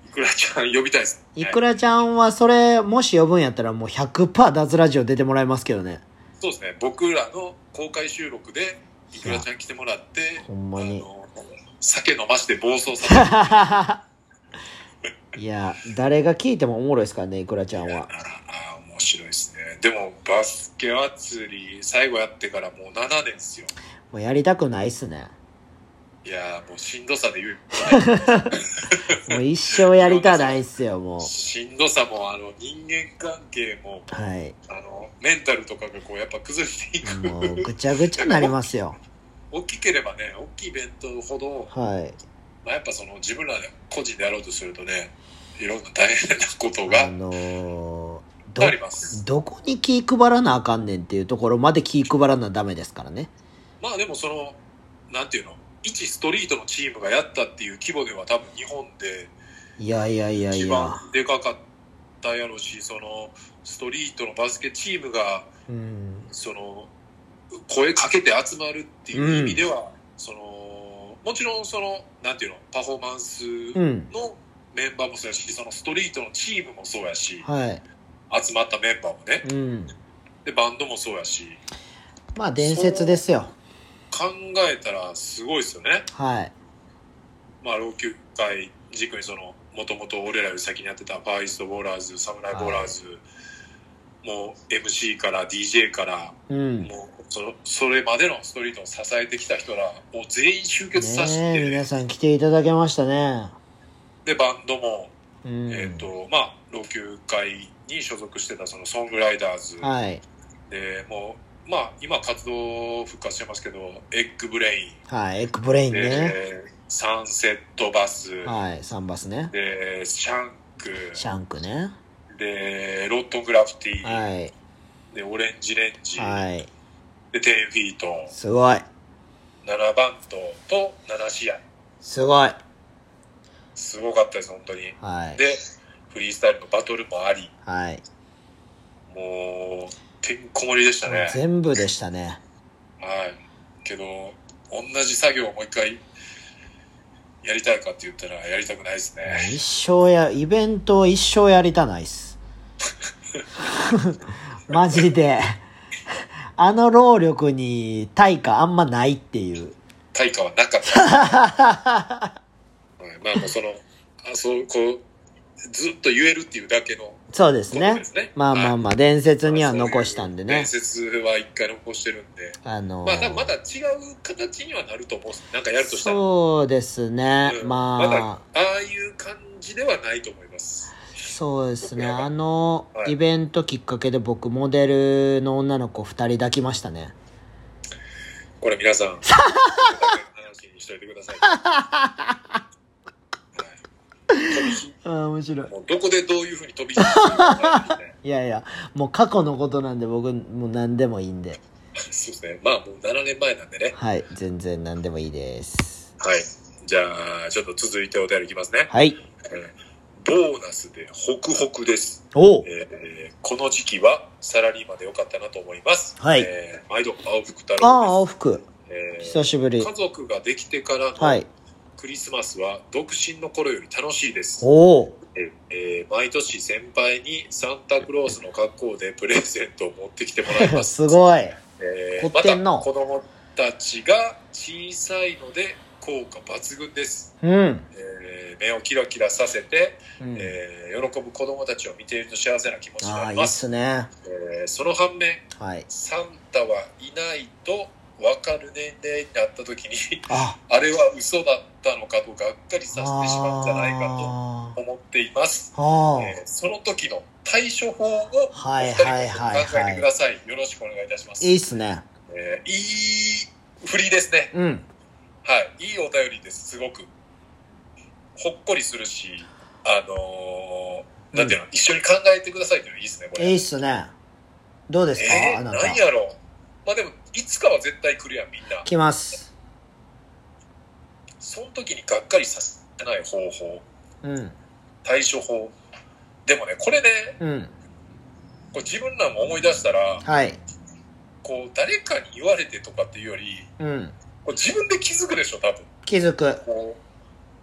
B: いくらちゃん呼びたいです、
A: いくらちゃんはそれ、もし呼ぶんやったらもう100%脱ラジオ出てもらいますけどね。
B: そうですね僕らの公開収録でいくらちゃん来てもらって
A: ほんまに
B: あの酒飲まして暴走させ
A: いや、誰が聞いてもおもろいですからね、いくらちゃんは。
B: あー面白いですねでもバスケ祭り最後やってからもう7年ですよ
A: もうやりたくないっすね。
B: いやーもうしんどさで言う
A: もう一生やりたないっすよ、もう。
B: しんどさもあの人間関係も
A: はい。
B: あのメンタルとかがこうやっぱ崩れていく
A: もうぐちゃぐちゃになりますよ。
B: 大きければね大 きいイベントほど、
A: はい。
B: まあ、やっぱその自分らで個人でやろうとするとねいろんな大変なこと
A: あ
B: が
A: のー、ど
B: あります
A: どこに気配らなあかんねんっていうところまで気配らなダメですからね。
B: まあでもそのなんていうの一ストリートのチームがやったっていう規模では多分日本で
A: いやいやいやい
B: 一
A: や。
B: 番でかかったやろうしそのストリートのバスケチームが
A: うん。
B: その声かけて集まるっていう意味では、そのもちろんそのなんていうのパフォーマンス
A: うん。
B: のメンバーもそうやしそのストリートのチームもそうやし
A: はい。
B: 集まったメンバーもね
A: うん。
B: でバンドもそうやし
A: まあ伝説ですよ。
B: 考えたらすごいですよね
A: はい。
B: まあ老朽会軸にそのもともと俺らより先にやってたファーイーストボーラーズサムライボーラーズ、もう MC から DJ から
A: うん。ね
B: もうそのそれまでのストリートを支えてきた人らを全員集結させて、
A: え、皆さん来ていただけましたね。
B: でバンドも、
A: うん。
B: えっ、とまあ老朽会に所属してたそのソングライダーズ
A: はい。
B: でもうまあ今活動復活してますけどエッグブレイ
A: はい。エッグブレイ
B: ン
A: ン
B: で、
A: ね。
B: サンセットバス、
A: はい。サンバスね。
B: でシャンク
A: シャンクね。
B: でロットグラフィティ、
A: はい。
B: でオレンジレンジ、
A: はい。
B: でテンフィート
A: すごい。
B: 7バンドと7試合
A: すごい。
B: すごかったです本当に。
A: はい。
B: でフリースタイルのバトルもあり
A: はい。
B: もうてんこ盛りでしたね
A: 全部でしたね。
B: はいけど同じ作業をもう一回やりたいかって言ったらやりたくないですね。
A: 一生や、イベントを一生やりたないっ す。マジで。あの労力に対価あんまないっていう。
B: 対価はなかった。はいまあもうその、あそう、こう、ずっと言えるっていうだけの、
A: そうです
B: そう
A: ね
B: ですね。
A: まあまあまあ、伝説には
B: そういう
A: 残したんでね
B: 伝。説は一回残してるんで、
A: あの
B: まあ、なんかまだ違う形にはなると思うんですなんかやるとしたら。
A: そうですね。
B: うん
A: まあ、
B: だ、ああいう感じではないと思います。
A: そうですね。
B: 僕らが
A: あの
B: はい
A: イベントきっかけで僕、モデルの女の子2人抱きましたね。
B: これ皆さん、話にしといてください。 はい飛び火
A: ああ、面白い。
B: もうどこでどういうふうに飛び火するのかわからないんで
A: いやいや、もう過去のことなんで僕、もう何でもいいんで。
B: そうですね。まあもう7年前なんでね。
A: はい、全然何でもいいです。
B: はい。じゃあ、ちょっと続いてお便りいきますね。
A: はい。
B: えーボーナスでホクホクです。
A: お
B: えーこの時期はサラリーマンでよかったなと思います。
A: はい
B: えー毎度、青福太
A: ああ、
B: 郎
A: 青服。
B: です。えー
A: 久しぶり
B: 家。族ができてから
A: は
B: の
A: い。
B: クリスマスは独身の頃より楽しいです。
A: おお。
B: えー毎年先輩にサンタクロースの格好でプレゼントを持ってきてもらいま す。
A: すごい。
B: えー
A: 凝ってんな
B: また子供たちが小さいので効果抜群です。
A: うん。
B: えー目をキラキラさせて、
A: うん、
B: えー喜ぶ子供たちを見ていると幸せな気持ちに
A: あ
B: な
A: あ、いい
B: り
A: っ
B: ます。
A: すね。
B: えーその反面、
A: はい。
B: サンタはいないと分かる年齢になった時に、
A: あ、
B: あれは嘘だったのかとがっかりさせてしまうんじゃないか
A: あ
B: と思っています。
A: あ。ああ。
B: えーその時の対処法をお
A: はい
B: 二人
A: はいはい
B: 考
A: はい
B: えてください。よろしくお願いいたします。
A: いいっすね。
B: えーいい振りですね。
A: うん。
B: はい。いいお便りです、すごく。ほっこりするし、あのーなんていうの、一緒に考えてくださいっていうのいいですね、これ。
A: いいっすね。どうですか、
B: え
A: あ
B: ー、
A: な
B: な
A: た。
B: んやろう。まあでも、いつかは絶対来るやん、みんな。
A: 来ます。
B: その時にがっかりさせない方法、
A: うん。
B: 対処法。でもね、これね、
A: うん。
B: こう自分らも思い出したら、
A: はい。
B: こう、誰かに言われてとかっていうより、
A: うん。
B: こう自分で気づくでしょ、多分。
A: 気づく。
B: こ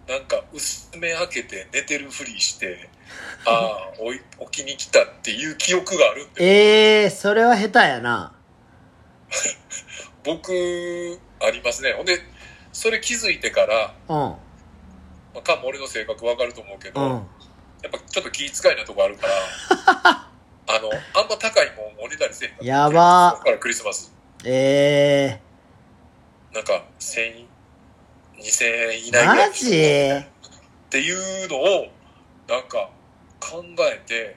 B: う、なんか薄め開けて寝てるふ りして、ああ、おい起きに来たっていう記憶があるんで、
A: ええー、それは下手やな。
B: 僕、ありますね。ほんで、それ気づいてから、
A: うん。
B: まあ、かも俺の性格わかると思うけど、
A: うん。
B: やっぱちょっと気遣いなとこある から、あの、あんま高いもんおねだりせえへんから
A: やばー
B: そっからクリスマス、
A: ええ
B: なんか、1000円、2000円以内ぐ
A: ー。
B: らい
A: マジ
B: っていうのを、なんか、考えて、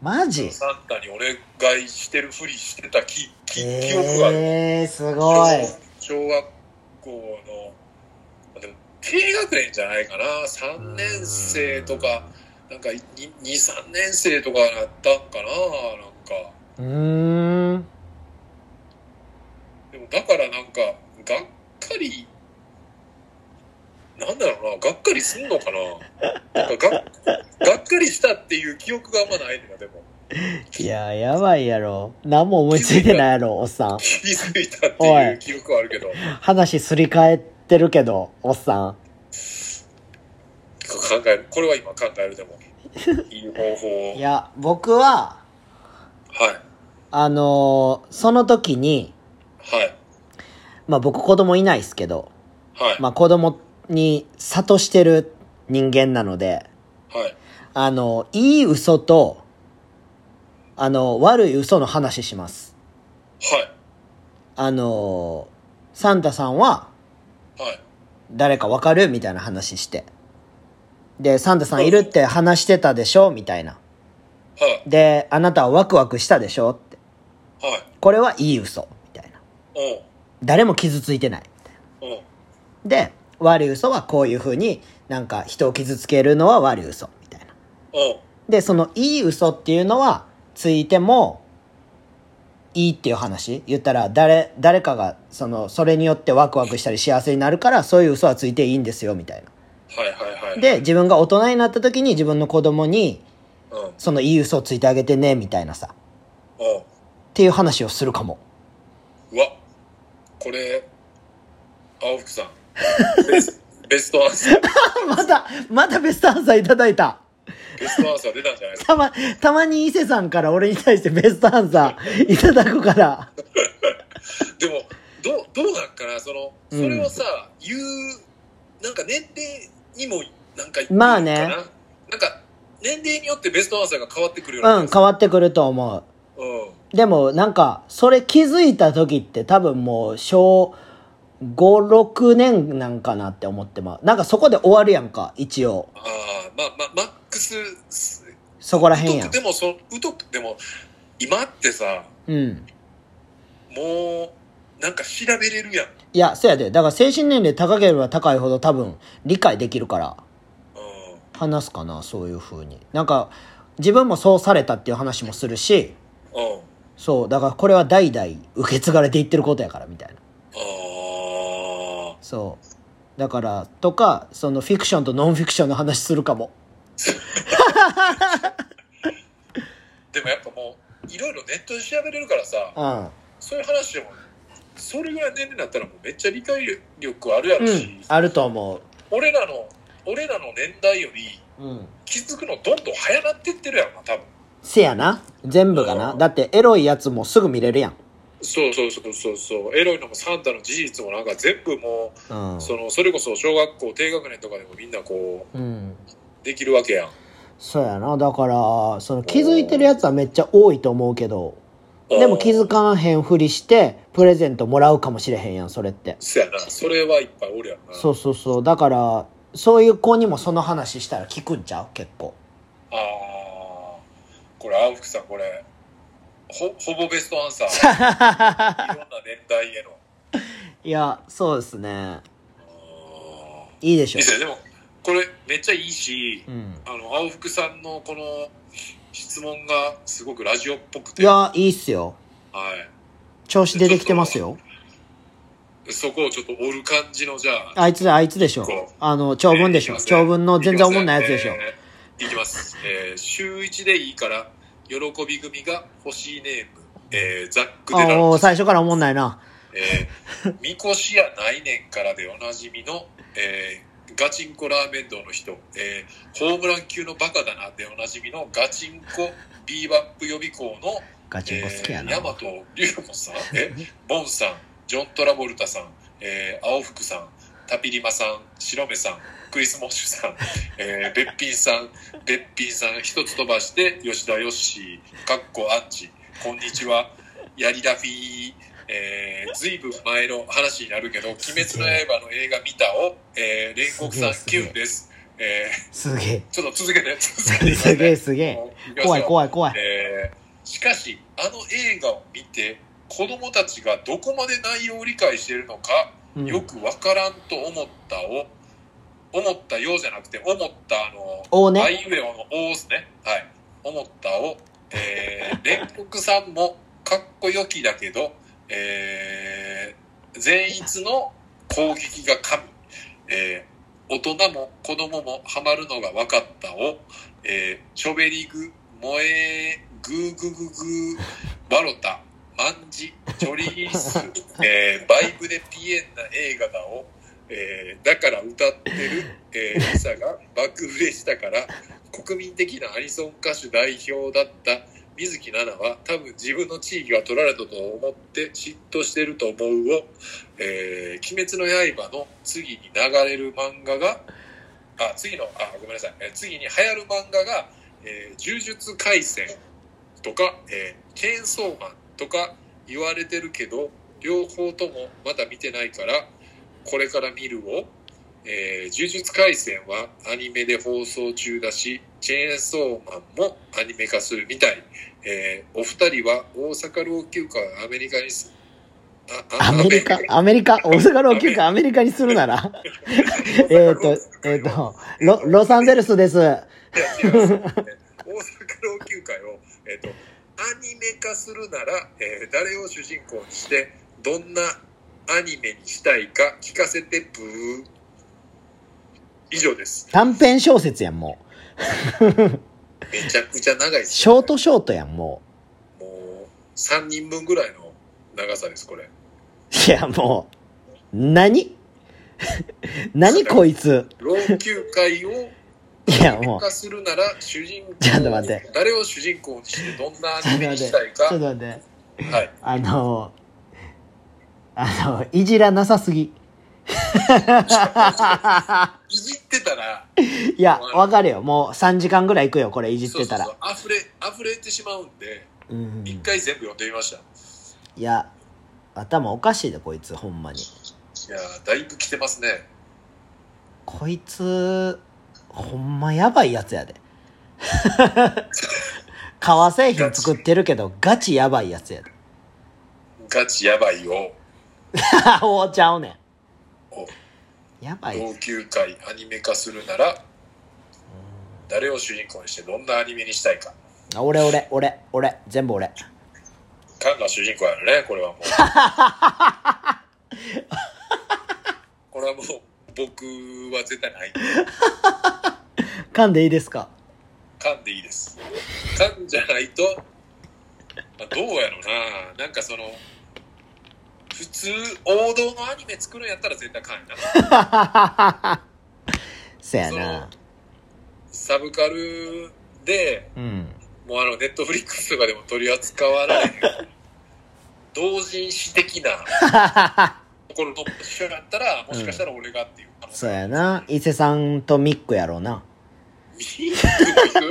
A: マジ
B: サンタにお願いしてるふりしてた記記記憶がある。
A: ええー、すごい。
B: 小小学校の、でも低学年じゃないかな、3年生とか、なんかいに2、3年生とかなったんかな、なんか。
A: うーん。
B: でもだからなんか、がっかり、なんだろうな、がっかりすんのかな。なんかがっがっかりしたっていう記憶があんまないのよ、でも。
A: いや、やばいやろ。何も思いついてないやろ、おっさん。
B: 気づいたってい
A: おいう
B: 記憶はあるけど、
A: 話すり替えてるけど、おっさん。
B: 考える。これは今考える でも、いい方法
A: い
B: を。はい。
A: や、僕は、あのーその時に、
B: はい。
A: まあ僕子供いないっすけど、
B: はい。
A: まあ子供に諭してる人間なので、
B: はい。
A: あの、いい嘘と、あの、悪い嘘の話します。
B: はい。
A: あの、サンタさんは
B: はい。
A: 誰かわかるみたいな話して。で、サンタさんいるって話してたでしょみたいな。
B: はい。
A: で、あなたはワクワクしたでしょって。
B: はい。
A: これはいい嘘。みたいな。
B: おう。
A: 誰も傷ついてない。
B: おう。
A: で、悪い嘘はこういう風になんか人を傷つけるのは悪い嘘。みたいな。
B: おう。
A: で、そのいい嘘っていうのは、ついても、いいっていう話言ったら、誰、誰かが、その、それによってワクワクしたり幸せになるから、そういう嘘はついていいんですよ、みたいな。
B: はいはいはい。
A: で、自分が大人になった時に自分の子供に、
B: うん。
A: そのいい嘘をついてあげてね、みたいなさ。
B: おう。
A: っていう話をするかも。
B: うわ。これ、青福さん。冷ベストアンサー、
A: また、またベストアンサーいただいた。
B: ベストアンサー出たんじゃないですか。
A: たま、たまに伊勢さんから俺に対してベストアンサーいただくから。
B: でも、どう、どうなんかな、その、
A: う
B: そ
A: ん
B: れをさ、言う、なんか年齢にも、なんか言ってるのかな、
A: まあね
B: なんか、年齢によってベストアンサーが変わってくるような
A: うん、変わってくると思う。
B: うん。
A: でもなんか、それ気づいた時って多分もう小5、6年なんかなって思ってまう。なんかそこで終わるやんか、一応。
B: ああ、まあ、まあ、マックス、
A: そこら辺や
B: うんとく。でも、その、うとくでも、今ってさ、
A: うん。
B: もう、なんか調べれるやん。
A: いや、そうやで。だから精神年齢高ければ高いほど多分理解できるから。
B: うん。
A: 話すかなそういう風になんか自分もそうされたっていう話もするし
B: うん。
A: そうだからこれは代々受け継がれていってることやからみたいな
B: ああ、
A: そうだからとかそのフィクションとノンフィクションの話するかも
B: でもやっぱもう、いろいろネットで調べれるからさ、
A: うん
B: そういう話でも、それぐらい年齢になったらもうめっちゃ理解力あるやろ
A: う
B: し、
A: んあると思
B: 俺らの、俺らの年代より
A: ううん
B: 気づくのどんどん早なってってるやんな、多分。
A: せやな全部がなだってエロいやつもすぐ見れるやん
B: そうそうそうそうそう。エロいのもサンタの事実もなんか全部も
A: うん
B: う、その、それこそ小学校低学年とかでもみんなこ
A: うん
B: う、できるわけやん。
A: そうやなだからその気づいてるやつはめっちゃ多いと思うけどでも気づかんへんふりしてプレゼントもらうかもしれへんやんそれって
B: そやな。それはいっぱいおるやんな。
A: そうそうそうだからそういう子にもその話したら聞くんちゃう結構
B: ああこれ青福さんこれほほぼベストア ンサーいろんな年代への
A: いやそうですね
B: あ
A: いいでしょ
B: ーいいっすねでもこれめっちゃいいし
A: うん
B: あの青福さんのこの質問がすごくラジオっぽく
A: い
B: て、は
A: やいいっすよ調子出てきてますよ
B: い、そこをちょっと折る感じのじゃあ
A: あいつだあいつでしょあの長文でし
B: えー
A: ょ
B: いきますね
A: 長文の全然おもんないやつでしょ
B: いきます,、えーいきますえー週1でいいから喜び組が欲しいネーム、えー、ザック・デラ
A: あ
B: ロ
A: お
B: サ
A: ー最初からおもんないな
B: えー、みこしやないねんからでおなじみの、えーガチンコラーメン道の人、えーホームラン級のバカだなでおなじみのガチンコビーバップ予備校の、
A: ガチンコ好き
B: え
A: や
B: ー、
A: な
B: 大和龍子さん、え、ボンさん、ジョン・トラボルタさん、えー、青福さん、タピリマさん、白目さん、クリス・モッシュさん、えー、べっぴんさん、べっぴんさん、一つ飛ばして、吉田よっしー、かっこアンチ、こんにちは、やりだフィー、えー、ずいぶん前の話になるけど、鬼滅の刃の映画見たを、えー、煉獄さん
A: す
B: キ
A: げえすげえ
B: ュンです。え
A: すげえ
B: ー、ちょっと続けて、続けていきますす
A: げえ
B: ね。
A: すげえ
B: もうきますよ
A: 怖い怖い怖い
B: えーしかしあの映画を見て子供たちがどこまで内容を理解しているのか
A: うん
B: よくわからんと思ったを、思ったようじゃなくて思ったあの
A: お
B: あ
A: ね
B: いうえおの「お」ですねはい思ったを、えー、 煉獄さんもかっこよきだけど、えー、前日の攻撃が神、えー、大人も子供もハマるのが分かったを、えー、チョベリグ萌えグーグググーバロタマンジチョリギリス、えー、バイブでピエンな映画だをえーだから歌ってる、えー、リサが爆売れしたから国民的なアニソン歌手代表だった水木奈々は多分自分の地域が取られたと思って嫉妬してると思うを「えー鬼滅の刃」の次に流れる漫画があ次のあごめんなさい、えー次に流行る漫画が「えー呪術廻戦」とか、えーチェーンソーマン」とか言われてるけど両方ともまだ見てないからこれから見るを、えー、呪術廻戦はアニメで放送中だし、チェーンソーマンもアニメ化するみたい。えーお二人は大阪老朽化アメリカにす、ああ
A: アメリカ
B: アメ
A: アメリカ大阪老休暇アメリカにするな らえっとえっ、とロロサンゼルスです
B: いや違いますえー大阪老朽会を、えー、とアニメ化するなら、えー誰を主人公にしてどんなアニメにしたいか聞かせてブー以上です
A: 短編小説やんもう
B: めちゃくちゃ長いです
A: ショートショートやんも
B: もう3人分ぐらいの長さですこれ
A: ういやもう何 何こいつ
B: 老朽会を
A: いやもう
B: 化するなら主人公
A: ちょっと待って
B: 誰を主人公にしてどんな
A: ちょっ
B: アニ
A: と
B: メに
A: 待っ
B: してたいか
A: ちょっと待って
B: はい
A: あのあのいじらなさすぎ
B: いじってたら
A: いやわかるよもう3時間ぐらいいくよこれいじってたら
B: そうそうそう溢れ溢れてしまうんで
A: うん
B: 一回全部読んでみました
A: いや頭おかしいでこいつほんまに
B: いやーだいぶ来てますね
A: こいつほんまやばいやつ やで革製品作ってるけどガチやばいやつやで
B: ガチやばいを
A: おうちゃうね
B: を
A: んやばい
B: 老朽会アニメ化するなら誰を主人公にしてどんなアニメにしたいか
A: あ俺俺俺俺全部俺
B: カンが主人公やろね これはもうこれはもう僕は絶対ないんで
A: 噛んでいいですか
B: 噛んでいいです噛んじゃないと、まあ、どうやろうななんかその普通王道のアニメ作るんやったら絶対噛んやな
A: せやな
B: サブカルで
A: うん
B: もうあのネットフリックスとかでも取り扱われない同人誌的なところの一緒だったらもしかしたら俺がっていう可能性
A: そうやな伊勢さんとミックやろうな
B: ミックも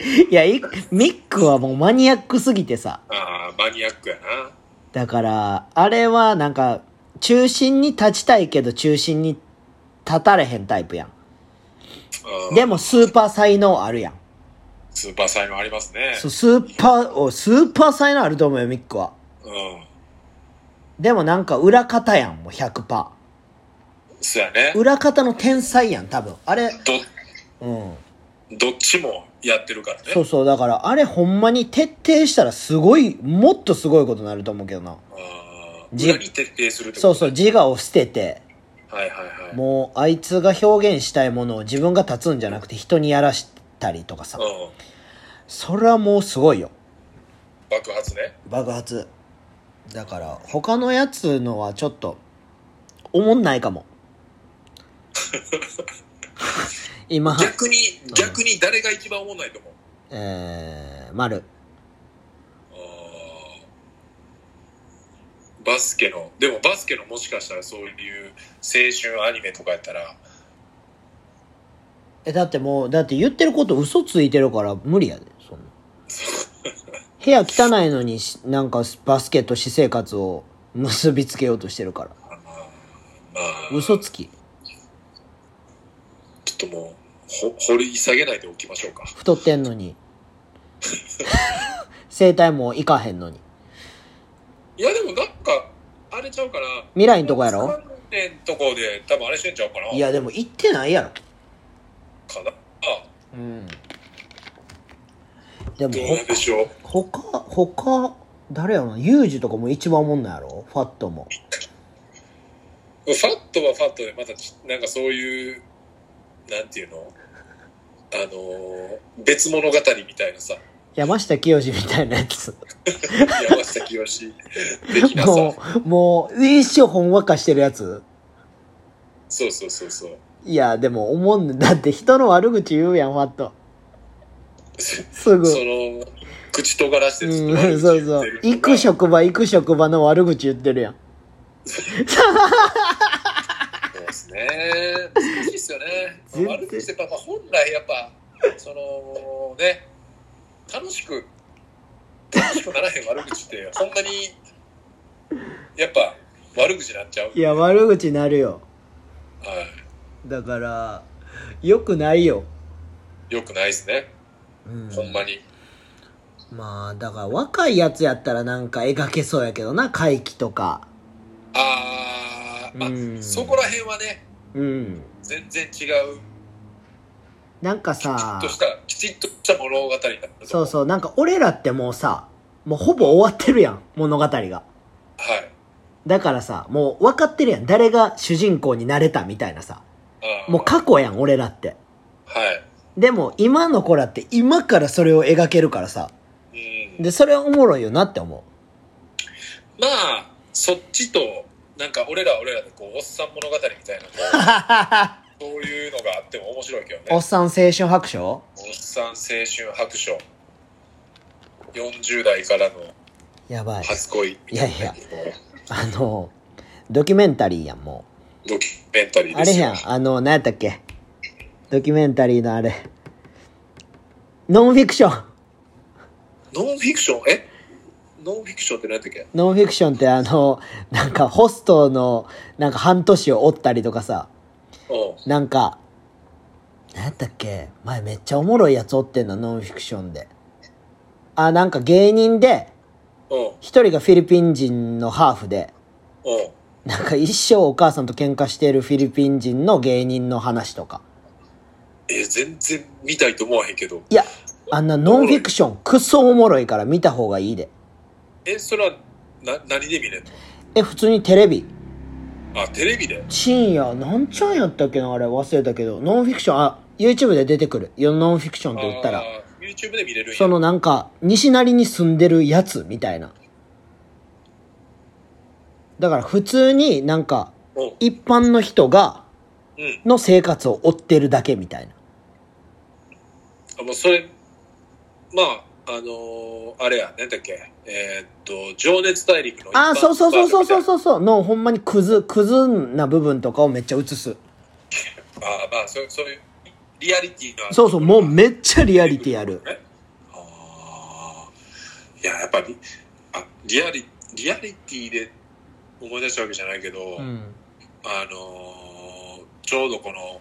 B: いる
A: いやいミックはもうマニアックすぎてさ
B: ああマニアックやな
A: だからあれはなんか中心に立ちたいけど中心に立たれへんタイプやん
B: うん
A: でもスーパー才能あるやん
B: スーパー才能ありますね
A: そうスーパーおスーパー才能あると思うよミックは
B: うん
A: でもなんか裏方やんもう100%
B: そうやね
A: 裏方の天才やん多分あれ
B: ど
A: うん
B: どっちもやってるからね
A: そうそうだからあれほんまに徹底したらすごいもっとすごいことになると思うけどな
B: あー
A: じ
B: 裏に徹底するってこと
A: そうそう自我を捨てて
B: はいはいはい
A: もうあいつが表現したいものを自分が立つんじゃなくて人にやらしたりとかさ
B: うん
A: それはもうすごいよ
B: 爆発ね
A: 爆発だから他のやつのはちょっと思んないかも今
B: 逆に逆に誰が一番おもんないと思う
A: えー、丸
B: あーバスケのでもバスケのもしかしたらそういう青春アニメとかやったら
A: えだってもうだって言ってること嘘ついてるから無理やでそんな部屋汚いのにしなんかバスケと私生活を結びつけようとしてるから
B: まあ
A: 嘘つき
B: ちょっともうほ掘り下げないでおきましょうか
A: 太ってんのに生体もいかへんのに
B: いやでもなんかあれちゃうかな
A: 未来んとこやろ
B: 3年とこで多分あれしてんちゃうかない
A: いやでも行ってないやろ
B: かなあ
A: うんでも
B: どうなんでしょう
A: ほ他他誰やろなユージとかも一番おもんないやろファットも
B: ファットはファットでまたちなんかそういうなんていうのあのー別物語みたいなさ
A: 山下清みたいなやつ
B: 山 下清的なさ
A: もうもう一生ほんわかしてるやつ
B: そうそうそうそう
A: いやでも思うんだって人の悪口言うやんファットすぐ
B: その口尖らしてずっと
A: う
B: 悪
A: ん、
B: 口
A: そう
B: 言っ
A: そ
B: て
A: う
B: る。
A: 行く職場、行く職場の悪口言ってるやん。
B: そうですね難しいですよ
A: 全
B: ね
A: 然
B: 悪くしてやっぱ本来やっぱそのね楽しく楽しくならへん悪口ってそんなにやっぱ悪口になっちゃう
A: いや、悪口なるよ。
B: はい
A: だから、良くないよ。
B: よくないですね
A: うん。
B: ほんまに
A: まあ、だから若いやつやったらなんか描けそうやけどな、回帰とか。
B: あー、まあ
A: うん
B: そこら辺はね
A: うん。
B: 全然違う
A: なんか
B: き
A: さ
B: ちっと、したきちっとした物語だったと
A: そうそう、なんか俺らってもうさ、もうほぼ終わってるやん、物語が。
B: はい
A: だからさ、もう分かってるやん、誰が主人公になれたみたいなさ。
B: あー
A: もう過去やん、俺らって。
B: はい
A: でも今の子らって今からそれを描けるからさ。
B: う ん
A: で、それはおもろいよなって思
B: まあそっちとなんか俺らは俺らでこうおっさん物語みたいなこ うそういうのがあっても面白いけど
A: お
B: ね
A: っさん青春白書
B: おっさん青春白書40代からの
A: やばい。
B: 初恋みたいなね、
A: いやいあの、ドキュメンタリーやん、も
B: ドキュメンタリ
A: う。あ
B: ーで
A: れ
B: すよ
A: やん、あの、何やったっけドキュメンタリーのあれ。ノンフィクション。
B: ノンフィクションえノンフィクションって何やったっけ
A: ノンフィクションってあの、なんかホストの、なんか半年を追ったりとかさ、
B: うん
A: なんか、何やったっけ前めっちゃおもろいやつおってんの、ノンフィクションで。あ、なんか芸人で、
B: うん
A: 一人がフィリピン人のハーフで、
B: うん
A: なんか一生お母さんと喧嘩してるフィリピン人の芸人の話とか。
B: え全然見たいと思わへんけど
A: いや、あんなノンフィクションクソおもろいから見た方がいいで。
B: えそれはな何で見れん
A: え、普通にテレビ。
B: のあテレビで
A: 深夜、なんちゃんやったっけなあれ忘れたけど。ノンフィクション、あ、YouTube で出てくる。よノンフィクションって言ったら。
B: あー YouTube で見れるんや
A: そのなんか、西成に住んでるやつみたいな。だから普通になんか、
B: うん
A: 一般の人が、
B: うん
A: の生活を追ってるだけみたいな。
B: あもうそれまああのーあれや何だっけえーっと「情熱大陸の一般
A: ああ、そうそうそうそうそう
B: う
A: そうそう。の、ほんまにクズ、クズな部分とかをめっちゃ映す。
B: あーまあそうそういうリアリティのある
A: そうそう、もうめっちゃリアリティある。
B: ねあーいややっぱりあリアリリアリティで思い出したわけじゃないけど、
A: うん。
B: あのーちょうどこの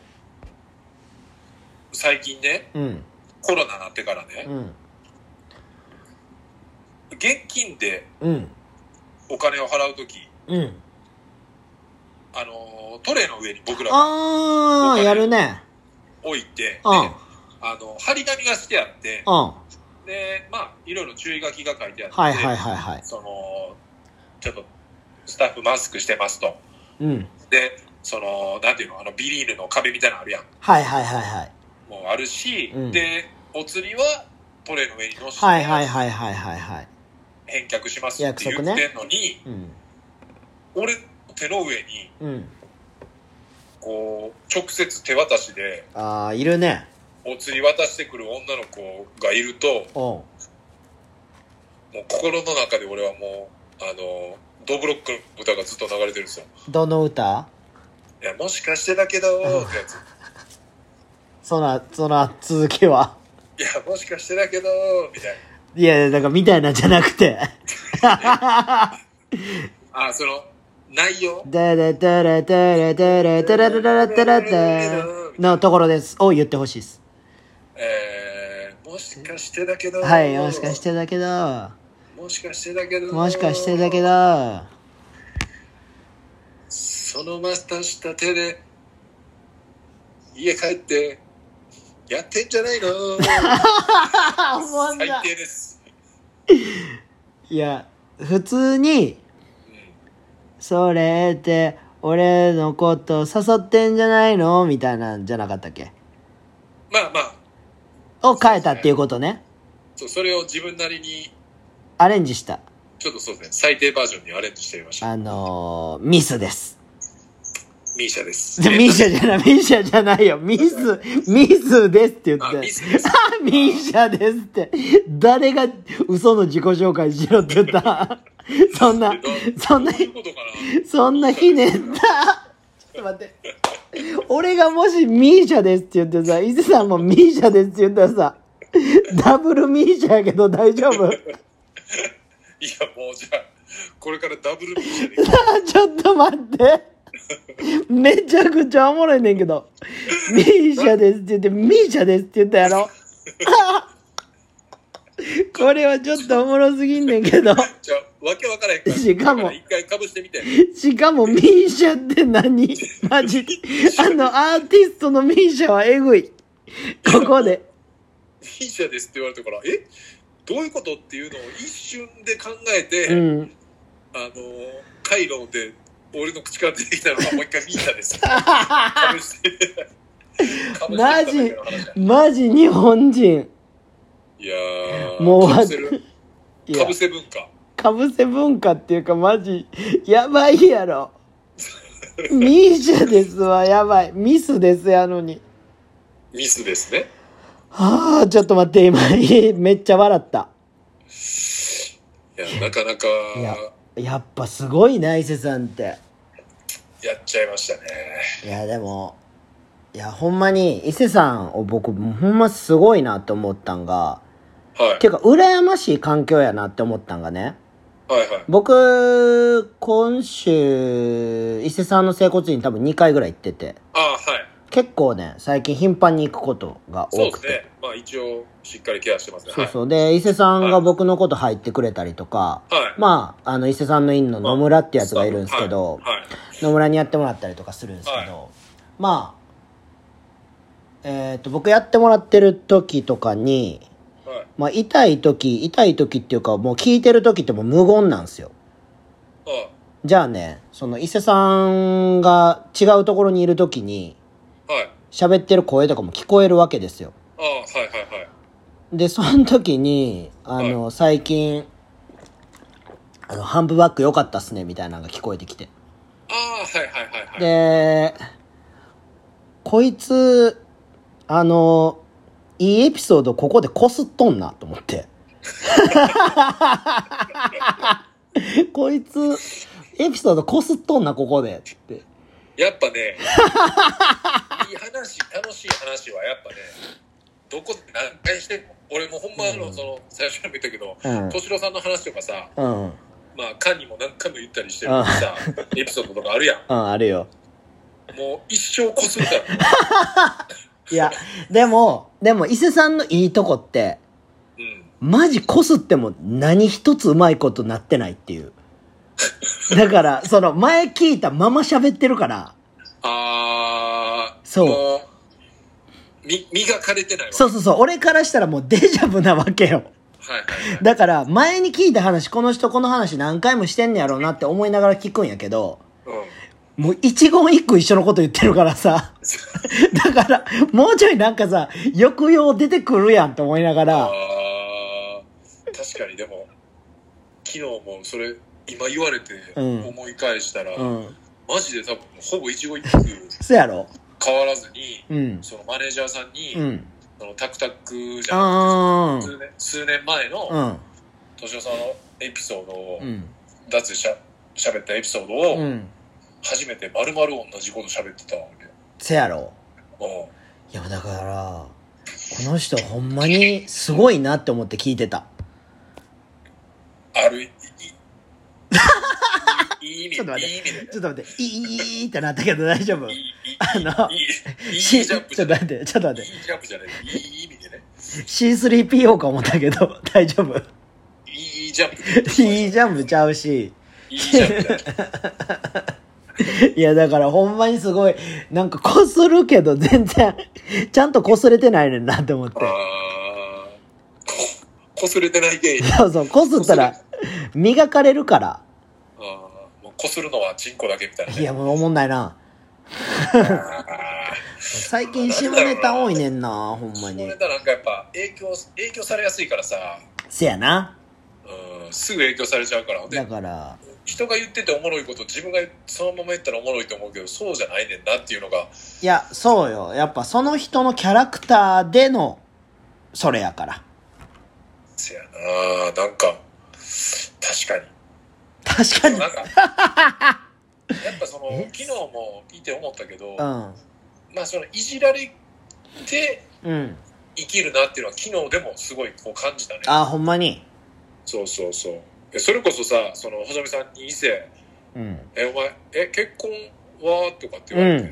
B: 最近ね
A: うん。
B: コロナになってからね、
A: うん。
B: 現金で
A: うん。
B: お金を払う時
A: うん。
B: あのートレーの上に僕らが
A: あー、やるね。
B: 置いて
A: うん。うん
B: で。あの張り紙がしてあってでまあいろいろ注意書きが書いてあって、
A: はいはいはいはい。
B: そのちょっとスタッフマスクしてますと
A: うん。
B: でそのなんていうのあのビニールの壁みたいなのあるやん
A: はいはいはいはい。
B: もうあるし、
A: うん
B: でお釣りはトレーの上に乗せて、
A: はいはいはいはいはいはい。
B: 返却しますって言
A: 約
B: ってん
A: 束
B: の
A: ね
B: に、
A: うん。
B: 俺の手の上に
A: うん。
B: こう直接手渡しで
A: あー、いるね。
B: お釣り渡してくる女の子がいると
A: おう。
B: もう心の中で俺はもうあのドブロックの歌がずっと流れてるんですよ
A: どの歌
B: 「いやもしかしてだけど」ってやつ
A: そら、そら、続きは。
B: 「いやもしかしてだけど」みたい
A: いやいや、だからみたいなんじゃなくて。
B: なあその内容
A: だらだらだらだらだらだらだらだのところです。を言ってほしいです。
B: えー、もしかしてだけど
A: はい、もしかしてだけど、
B: もしかしてだけど
A: もしかしてだけど、
B: そのマスターした手で家帰ってやってんじ ゃないの
A: あ、思わん
B: 最
A: な。
B: 低です、
A: いや、普通に、
B: うん、
A: それって、俺のこと誘ってんじゃないのみたいなんじゃなかったっけ
B: まあまあ
A: を変えたっていうことね。
B: そうそれを自分なりに
A: アレンジした。
B: ちょっとそうですね最低バージョンにアレンジしてみました
A: あのー、ミス です。
B: ミーシャです
A: じゃ、ミシャじゃない、ミシャじゃないよ。ミス、ミスですって言っ
B: あ
A: て。
B: ミスです
A: あ、ミーシャですって。誰が嘘の自己紹介しろって言った そんな、そんな
B: どういうことか な
A: そんなひねった。ちょっと待って。俺がもしミーシャですって言ってさ、伊勢さんもミーシャですって言ったらさ、ダブルミーシャやけど大丈夫
B: いやもうじゃあこれからダブルミーシャでいく
A: ちょっと待って。めちゃくちゃおもろいねんけど。ミーシャですって言って、ミーシャですって言ったやろ。 これはちょっとおもろすぎんねんけど。
B: じゃあわけわからへんから
A: しかも
B: 一回かぶしてみて
A: しかもミーシャって何マジあのアーティストのミーシャはえぐいここで
B: ミーシャですって言われたからえどういうことっていうのを一瞬で考えて、
A: うん
B: あのカイロで俺の口から出てきたのがもう一回ミーシャですかぶしてかぶして
A: マ
B: み
A: ジ
B: ただけの話や
A: マジ日本人
B: いやー
A: もう
B: かぶせる
A: いや
B: かぶせ文化
A: かぶせ文化っていうかマジやばいやろミーシャですわ、やばい。ミスですやのに。
B: ミスですね。
A: はあ、ちょっと待って、今、 めっちゃ笑った。
B: いや、なかなか
A: いや、やっぱすごいな、伊勢さんって。
B: やっちゃいましたね。
A: いや、でも、いや、ほんまに、伊勢さんを僕、ほんますごいなと思ったんが、
B: はい
A: て。いうか、羨ましい環境やなって思ったんがね。
B: はいはい。
A: 僕、今週、伊勢さんの整骨院多分2回ぐらい行ってて、
B: ああ、はい。
A: 結構ね、最近頻繁に行くことが
B: そ
A: 多
B: うで
A: く
B: す
A: て。
B: ね。まあ一応、しっかりケアしてますね。
A: そうそう。で、伊勢さんが僕のこと入ってくれたりとか、
B: はい。はい。
A: まあ、あの、伊勢さんの院の野村ってやつがいるんですけど、
B: はい。はい
A: 野村にやってもらったりとかするんですけど、まあ、えっ、と、僕やってもらってる時とかに、
B: はい。
A: まあ、痛い時、痛い時っていうか、もう聞いてる時ってもう無言なんですよ。
B: あ
A: じゃあね、その伊勢さんが違うところにいる時に、
B: あ、はい。
A: 喋ってる声とかも聞こえるわけですよ。
B: ああ、はいはいはい。
A: でその時にあの、最近あの「ハンプバック良かったっすね」みたいなのが聞こえてきて、
B: ああ、はいはいはいはい。
A: でこいつあのいいエピソードここでこすっとんなと思って こいつエピソードこすっとんなここでって
B: やっぱ ね、いい話、楽しい話はやっぱね、どこで何回しても、俺もほんまあの、
A: うん
B: その、最初にも言ったけど、
A: うん
B: 敏郎さんの話とかさ、
A: うんうん
B: まあ、カンにも何回も言ったりしてるさ、エピソードとかあるやん。
A: あるよ
B: もう一生こするから。
A: いやでもでも伊勢さんのいいとこって
B: うん。
A: マジこすっても何一つうまいことなってないっていう。だから、その前聞いたまま喋ってるから、
B: あー、
A: そう
B: もうみ、磨かれてないわ。
A: そうそうそう、俺からしたらもうデジャブなわけよ。
B: はいはいはい。
A: だから、前に聞いた話、この人この話何回もしてんねやろうなって思いながら聞くんやけど、
B: うん。
A: もう一言一句一緒のこと言ってるからさ、 だから、もうちょいなんかさ、抑揚出てくるやんと思いながら、
B: あー確かにでも昨日もそれ今言われて
A: うん
B: 思い返したら、
A: うん。
B: マジで多分ほぼ一期一会
A: そやろ
B: 変わらずに
A: うん。
B: そのマネージャーさんに、
A: うん。
B: そのタクタクじゃな
A: あ
B: くて数年数年前
A: あ、う
B: の
A: ん。
B: 敏夫さんのエピソードを、
A: うん。
B: 脱しゃ喋ったエピソード
A: う
B: を
A: ん。
B: 初めてまるまる同じこと喋ってたわけ、
A: せやろ
B: うん、
A: いやだからこの人ほんまにすごいなって思って聞いてた
B: あるいいいい意味
A: ちょっと待っ
B: いい意味で
A: ちょっと待って「いい」ってなったけど大丈夫
B: いいいい
A: あの
B: いいいいジ
A: しち
B: ャ
A: ょ
B: ン
A: っ
B: プじゃ
A: と
B: ない
A: 待ってちょっと待
B: い
A: っ
B: い
A: て
B: ジャンプじゃない。いい意味 でね。
A: C3PO か思ったけど 大丈夫
B: いいジャンプ
A: いいジャンプちゃうし
B: いいジャンプじゃない。
A: いやだからほんまにすごいなんかこするけど全然ちゃんとこすれてないねんなって思って
B: あーここすれてない芸人。あ
A: そうそうこすったら磨かれるから
B: ーもうこするのはチンコだけみたいなね。
A: いやもうおもんないな
B: あ
A: 最近下ネタ多いねんなほん
B: ー
A: ま
B: それ
A: に
B: だなんかやっぱ影響影響されやすいからさ、
A: せやな
B: うん、すぐ影響されちゃうから。
A: だ
B: で、
A: から
B: 人が言ってておもろいこと自分がそのまま言ったらおもろいと思うけど、そうじゃないねんなっていうのが、
A: いや、そうよ。やっぱその人のキャラクターでの、それやから。
B: せやななんか、確かに。
A: 確かに。
B: な んかやっぱその昨日も見て思ったけど、
A: うん。
B: まあそのいじられて
A: うん。
B: 生きるなっていうのは昨日でもすごいこう感じたね
A: あ、ほんまに。
B: そうそうそうえそれこそさそのはじめさんに伊勢
A: うん。
B: 「えお前え結婚は?」とかって言われて、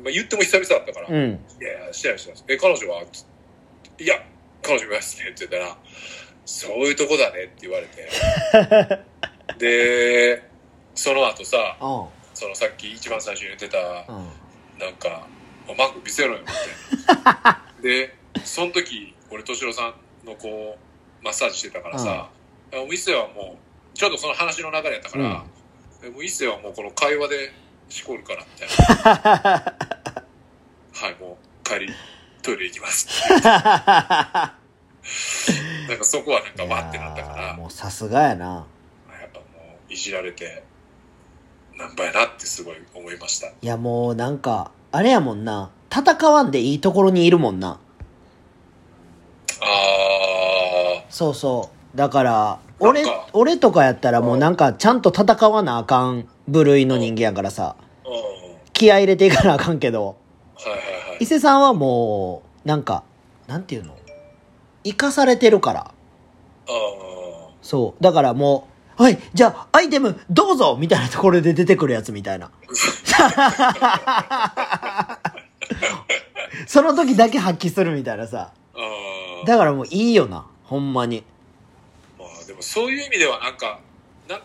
B: まあ、言っても久々だったから「
A: う
B: い
A: ん。
B: やいやしてないしてないえ彼女は?つって」いや彼女いますね」って言ったら「そういうとこだね」って言われて でその後さ
A: うん。うん。
B: そのさっき一番最初に言ってたなんか、おマンク見せろよ、みたい な。で、その時、俺、敏郎さんのこう、マッサージしてたからさ、お店はもう、ちょうどその話の流れやったから、えもう伊勢はもうこの会話でしこるから、みたいな。 はい、もう、帰り、トイレ行きます。なんかそこはなんか、わってなったか
A: いやー
B: ら、
A: もうさすがやな。
B: やっぱもう、いじられて、なんばやなってすごい思いました。
A: いやもうなんか、あれやもんな。戦わんでいいところにいるもんな。
B: あ
A: そうそう。だから、
B: なんか
A: 俺、俺とかやったらもうなんかちゃんと戦わなあかん部類の人間やからさ、
B: ー、うん。は
A: 気合い入れていかなあかんけど、
B: いはいはい
A: 伊。勢さんはもう、なんか、なんていうの生かされてるから。
B: あ
A: そう。だからもう、はい、じゃあアイテムどうぞみたいなところで出てくるやつみたいな。 その時だけ発揮するみたいなさ。
B: あ。ああ。
A: だからもういいよな。ほんまに。
B: まあでもそういう意味ではなんか、な、な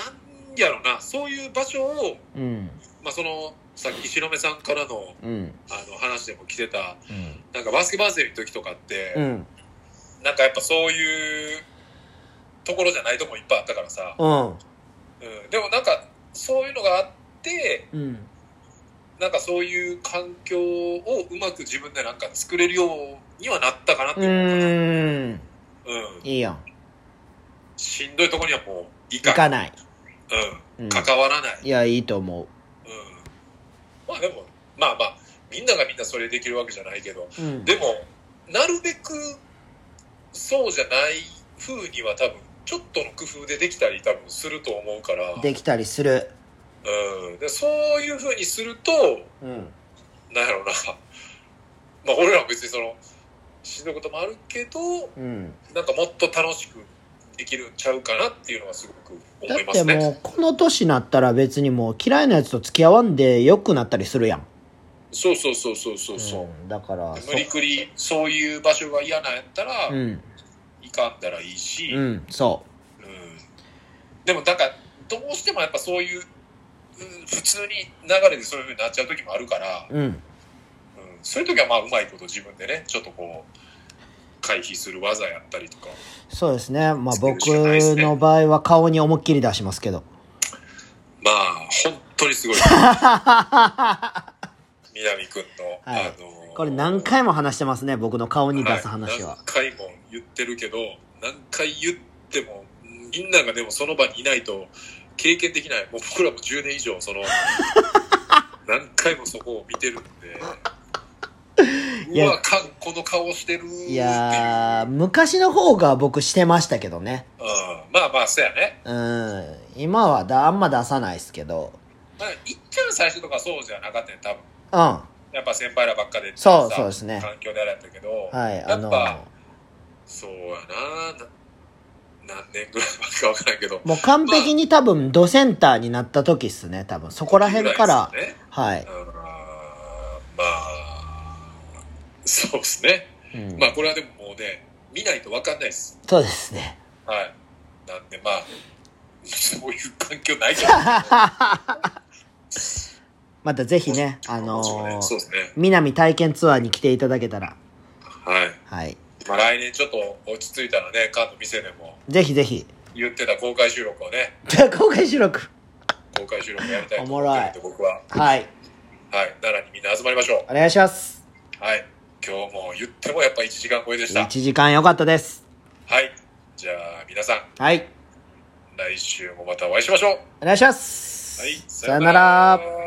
B: んやろな、そういう場所を、
A: うん。
B: まあその、さっき白目さんからの、
A: うん。
B: あの話でも来てた、
A: うん。
B: なんかバスケバーセの時とかって、
A: うん。
B: なんかやっぱそういうところじゃないとこもいっぱいあったからさ、
A: うん。
B: うん、でもなんかそういうのがあって
A: うん。
B: なんかそういう環境をうまく自分でなんか作れるようにはなったかなって
A: う
B: 思うかな、
A: ーん。
B: うん、
A: いいやん。
B: しんどいとこにはもういか
A: 行
B: か
A: かない。う
B: う
A: ん
B: ん、関わらない、うん
A: いや、いいと思
B: まあでもまあまあみんながみんなそれできるわけじゃないけど
A: う。うん。
B: でもなるべくそうじゃない風には多分ちょっとの工夫でできたり多分すると思うから
A: できたりする。
B: うん、でそういうふうにすると
A: うん。
B: なんやろうな まあ俺らは別にそのしんどいこともあるけど
A: うん。
B: なんかもっと楽しくできるんちゃうかなっていうのはすごく
A: だ
B: 思い
A: っ
B: ま
A: て
B: すね
A: もう、この年になったら別にもう嫌いなやつと付き合わんで良くなったりするやん。
B: そうそうそうそうそうそう、
A: んだから、
B: 無理くりそういう場所が嫌なんやったら、
A: うん。
B: いかんだらいいし、
A: う
B: うん
A: ん、そ
B: でもなんかどうしてもやっぱそういう、うん普通に流れでそういうふうになっちゃう時もあるから、
A: う。うん。
B: うんそういう時はまあうまいこと自分でねちょっとこう回避する技やったりとか
A: そうですね。まあ
B: 作る
A: 僕
B: しかないっすね
A: の場合は顔に思いっきり出しますけど。
B: まあ本当にすご い南くんの、
A: はい
B: あの
A: これ何回も話してますね、僕の顔に出す話は。
B: い何回も言ってるけど何回言ってもみんながでもその場にいないと経験できないもう僕らも10年以上 その何回もそこを見てるん
A: い
B: で
A: や
B: うわかんこの顔してるっていう
A: いやー、昔の方が僕してましたけどね。
B: うん、まあまあそうやね
A: うん。今はだあんま出さないですけど。
B: まあ、いっちゃん最初とかそうじゃなかったよ、多分。
A: うん。は
B: やっぱ先輩らばっかで
A: そう
B: さ
A: そうですね
B: 環境であれやったけど、
A: い、あ
B: や
A: の
B: っぱ、そうやなな何年ぐらい前かわからんけど、
A: もう完璧に多分ドセンターになった時っすね、多分。そこら辺から
B: ぐ。いですね
A: はい。
B: うんまあ、そうですね。
A: うん
B: まあ、これはでももうね、見ないとわかんないです。
A: そうですね。
B: はい。なんで、まあ、そういう環境ないじゃん。
A: またぜひ ね、あの
B: ね、そう
A: ー、
B: ですね。
A: 南体験ツアーに来ていただけたら。
B: はい。
A: はい。
B: まあ、来年ちょっと落ち着いたらね、カード店でも
A: ぜひぜひ。
B: 言ってた公開収録をね、
A: 公開収録。
B: 公開収録やりたいと思ってるんで僕は、
A: はい。
B: はい、奈良にみんな集まりましょ
A: お願いします。
B: うはい今日も言ってもやっぱ1時間超えでした
A: 1時間良かったです。
B: はいじゃあ皆さん
A: はい。
B: 来週もまたお会いしましょう
A: お願いします。
B: はい
A: さよなら。
B: さよな